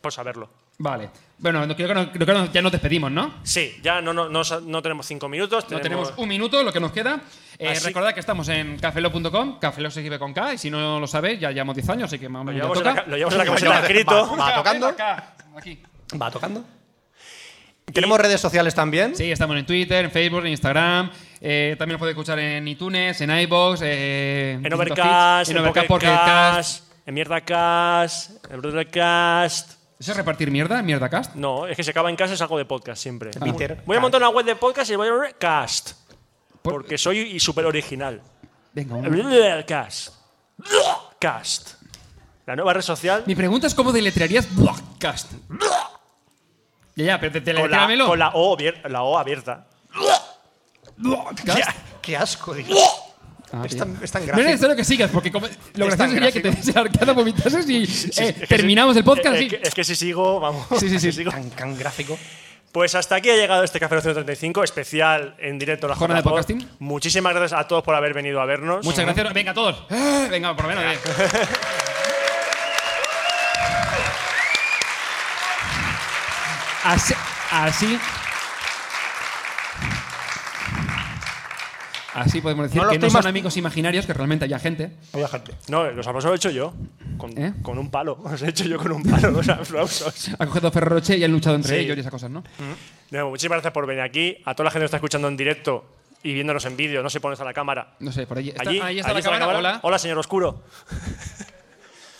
Por saberlo.
Vale. Bueno, no- creo que, no- creo que no- ya nos despedimos, ¿no?
Sí, ya no, no, no, sa- no tenemos cinco minutos.
No
Tenemos,
tenemos un minuto, lo que nos queda. Eh,
Así-
recordad que estamos en cafelo.com, cafelo se escribe con K, y si no lo sabéis, ya llevamos 10 años, así que más o
Lo
menos ya
llevamos, en la,
toca.
ca- lo llevamos en la camiseta escrito.
va tocando.
Acá, aquí.
Va tocando. Tenemos redes sociales también.
Sí, estamos en Twitter, en Facebook, en Instagram. eh, también nos podéis escuchar en iTunes, en iBox, eh,
En
distintos feeds,
Overcast, en
en Overcast,
Pocket
Pocket Cast.
Cast, en Mierda Cast, en Broadcast.
¿Eso es repartir mierda? ¿Mierda cast?
No, es que se acaba en casa y salgo de podcast siempre.
Peter.
Voy a montar una web de podcast y voy a poner cast.
Por-
Porque soy y súper original.
Venga, un-
Cast. Cast. La nueva red social.
Mi pregunta es cómo deletrearías Blockcast. ya, ya, pero te-
Con la,
deletréamelo.
con la o, abier- la o abierta.
Blockcast.
Qué asco, digo.
Ah,
Es
bien.
tan, es tan
No es
gráfico.
necesario que sigas, porque como, lo gracioso sería que te des el arcada, vomitases y eh,
Es que
terminamos
si-
el podcast.
Es,
sí.
Eh, que, es que si sigo, vamos.
Sí, sí, sí.
si sigo.
Tan, tan gráfico.
Pues hasta aquí ha llegado este Café 135, especial en directo a la
Jornada de
JPod.
podcasting.
Muchísimas gracias a todos por haber venido a vernos.
Muchas gracias. Venga, todos. Ah, Venga, por lo menos. eh. Así, así. Así podemos decir
No lo
que no
estoy
son
mas-
amigos imaginarios, que realmente haya gente.
Voy a dejarte.
No, los aplausos los he hecho yo. Con,
¿Eh?
con un palo. Los he hecho yo con un palo, los aplausos.
Ha cogido Ferroche y han luchado entre
Sí.
ellos y esas cosas, ¿no?
De nuevo, muchísimas gracias por venir aquí. A toda la gente que está escuchando en directo y viéndonos en vídeo, no sé pones a la cámara.
No sé, por ahí. Está,
Allí,
ahí está
allí
la cámara. Hola.
Hola, señor Oscuro.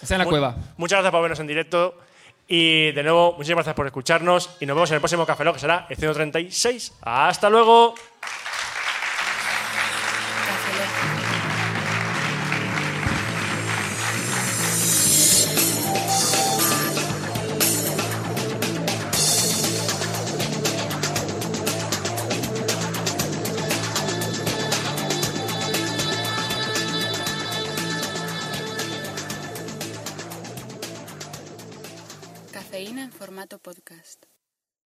Está en la
Mu-
cueva.
Muchas gracias por vernos en directo. Y de nuevo, muchísimas gracias por escucharnos. Y nos vemos en el próximo Café Lock, que será el 136. ¡Hasta luego!
Café Lock.
Cafeína en formato podcast.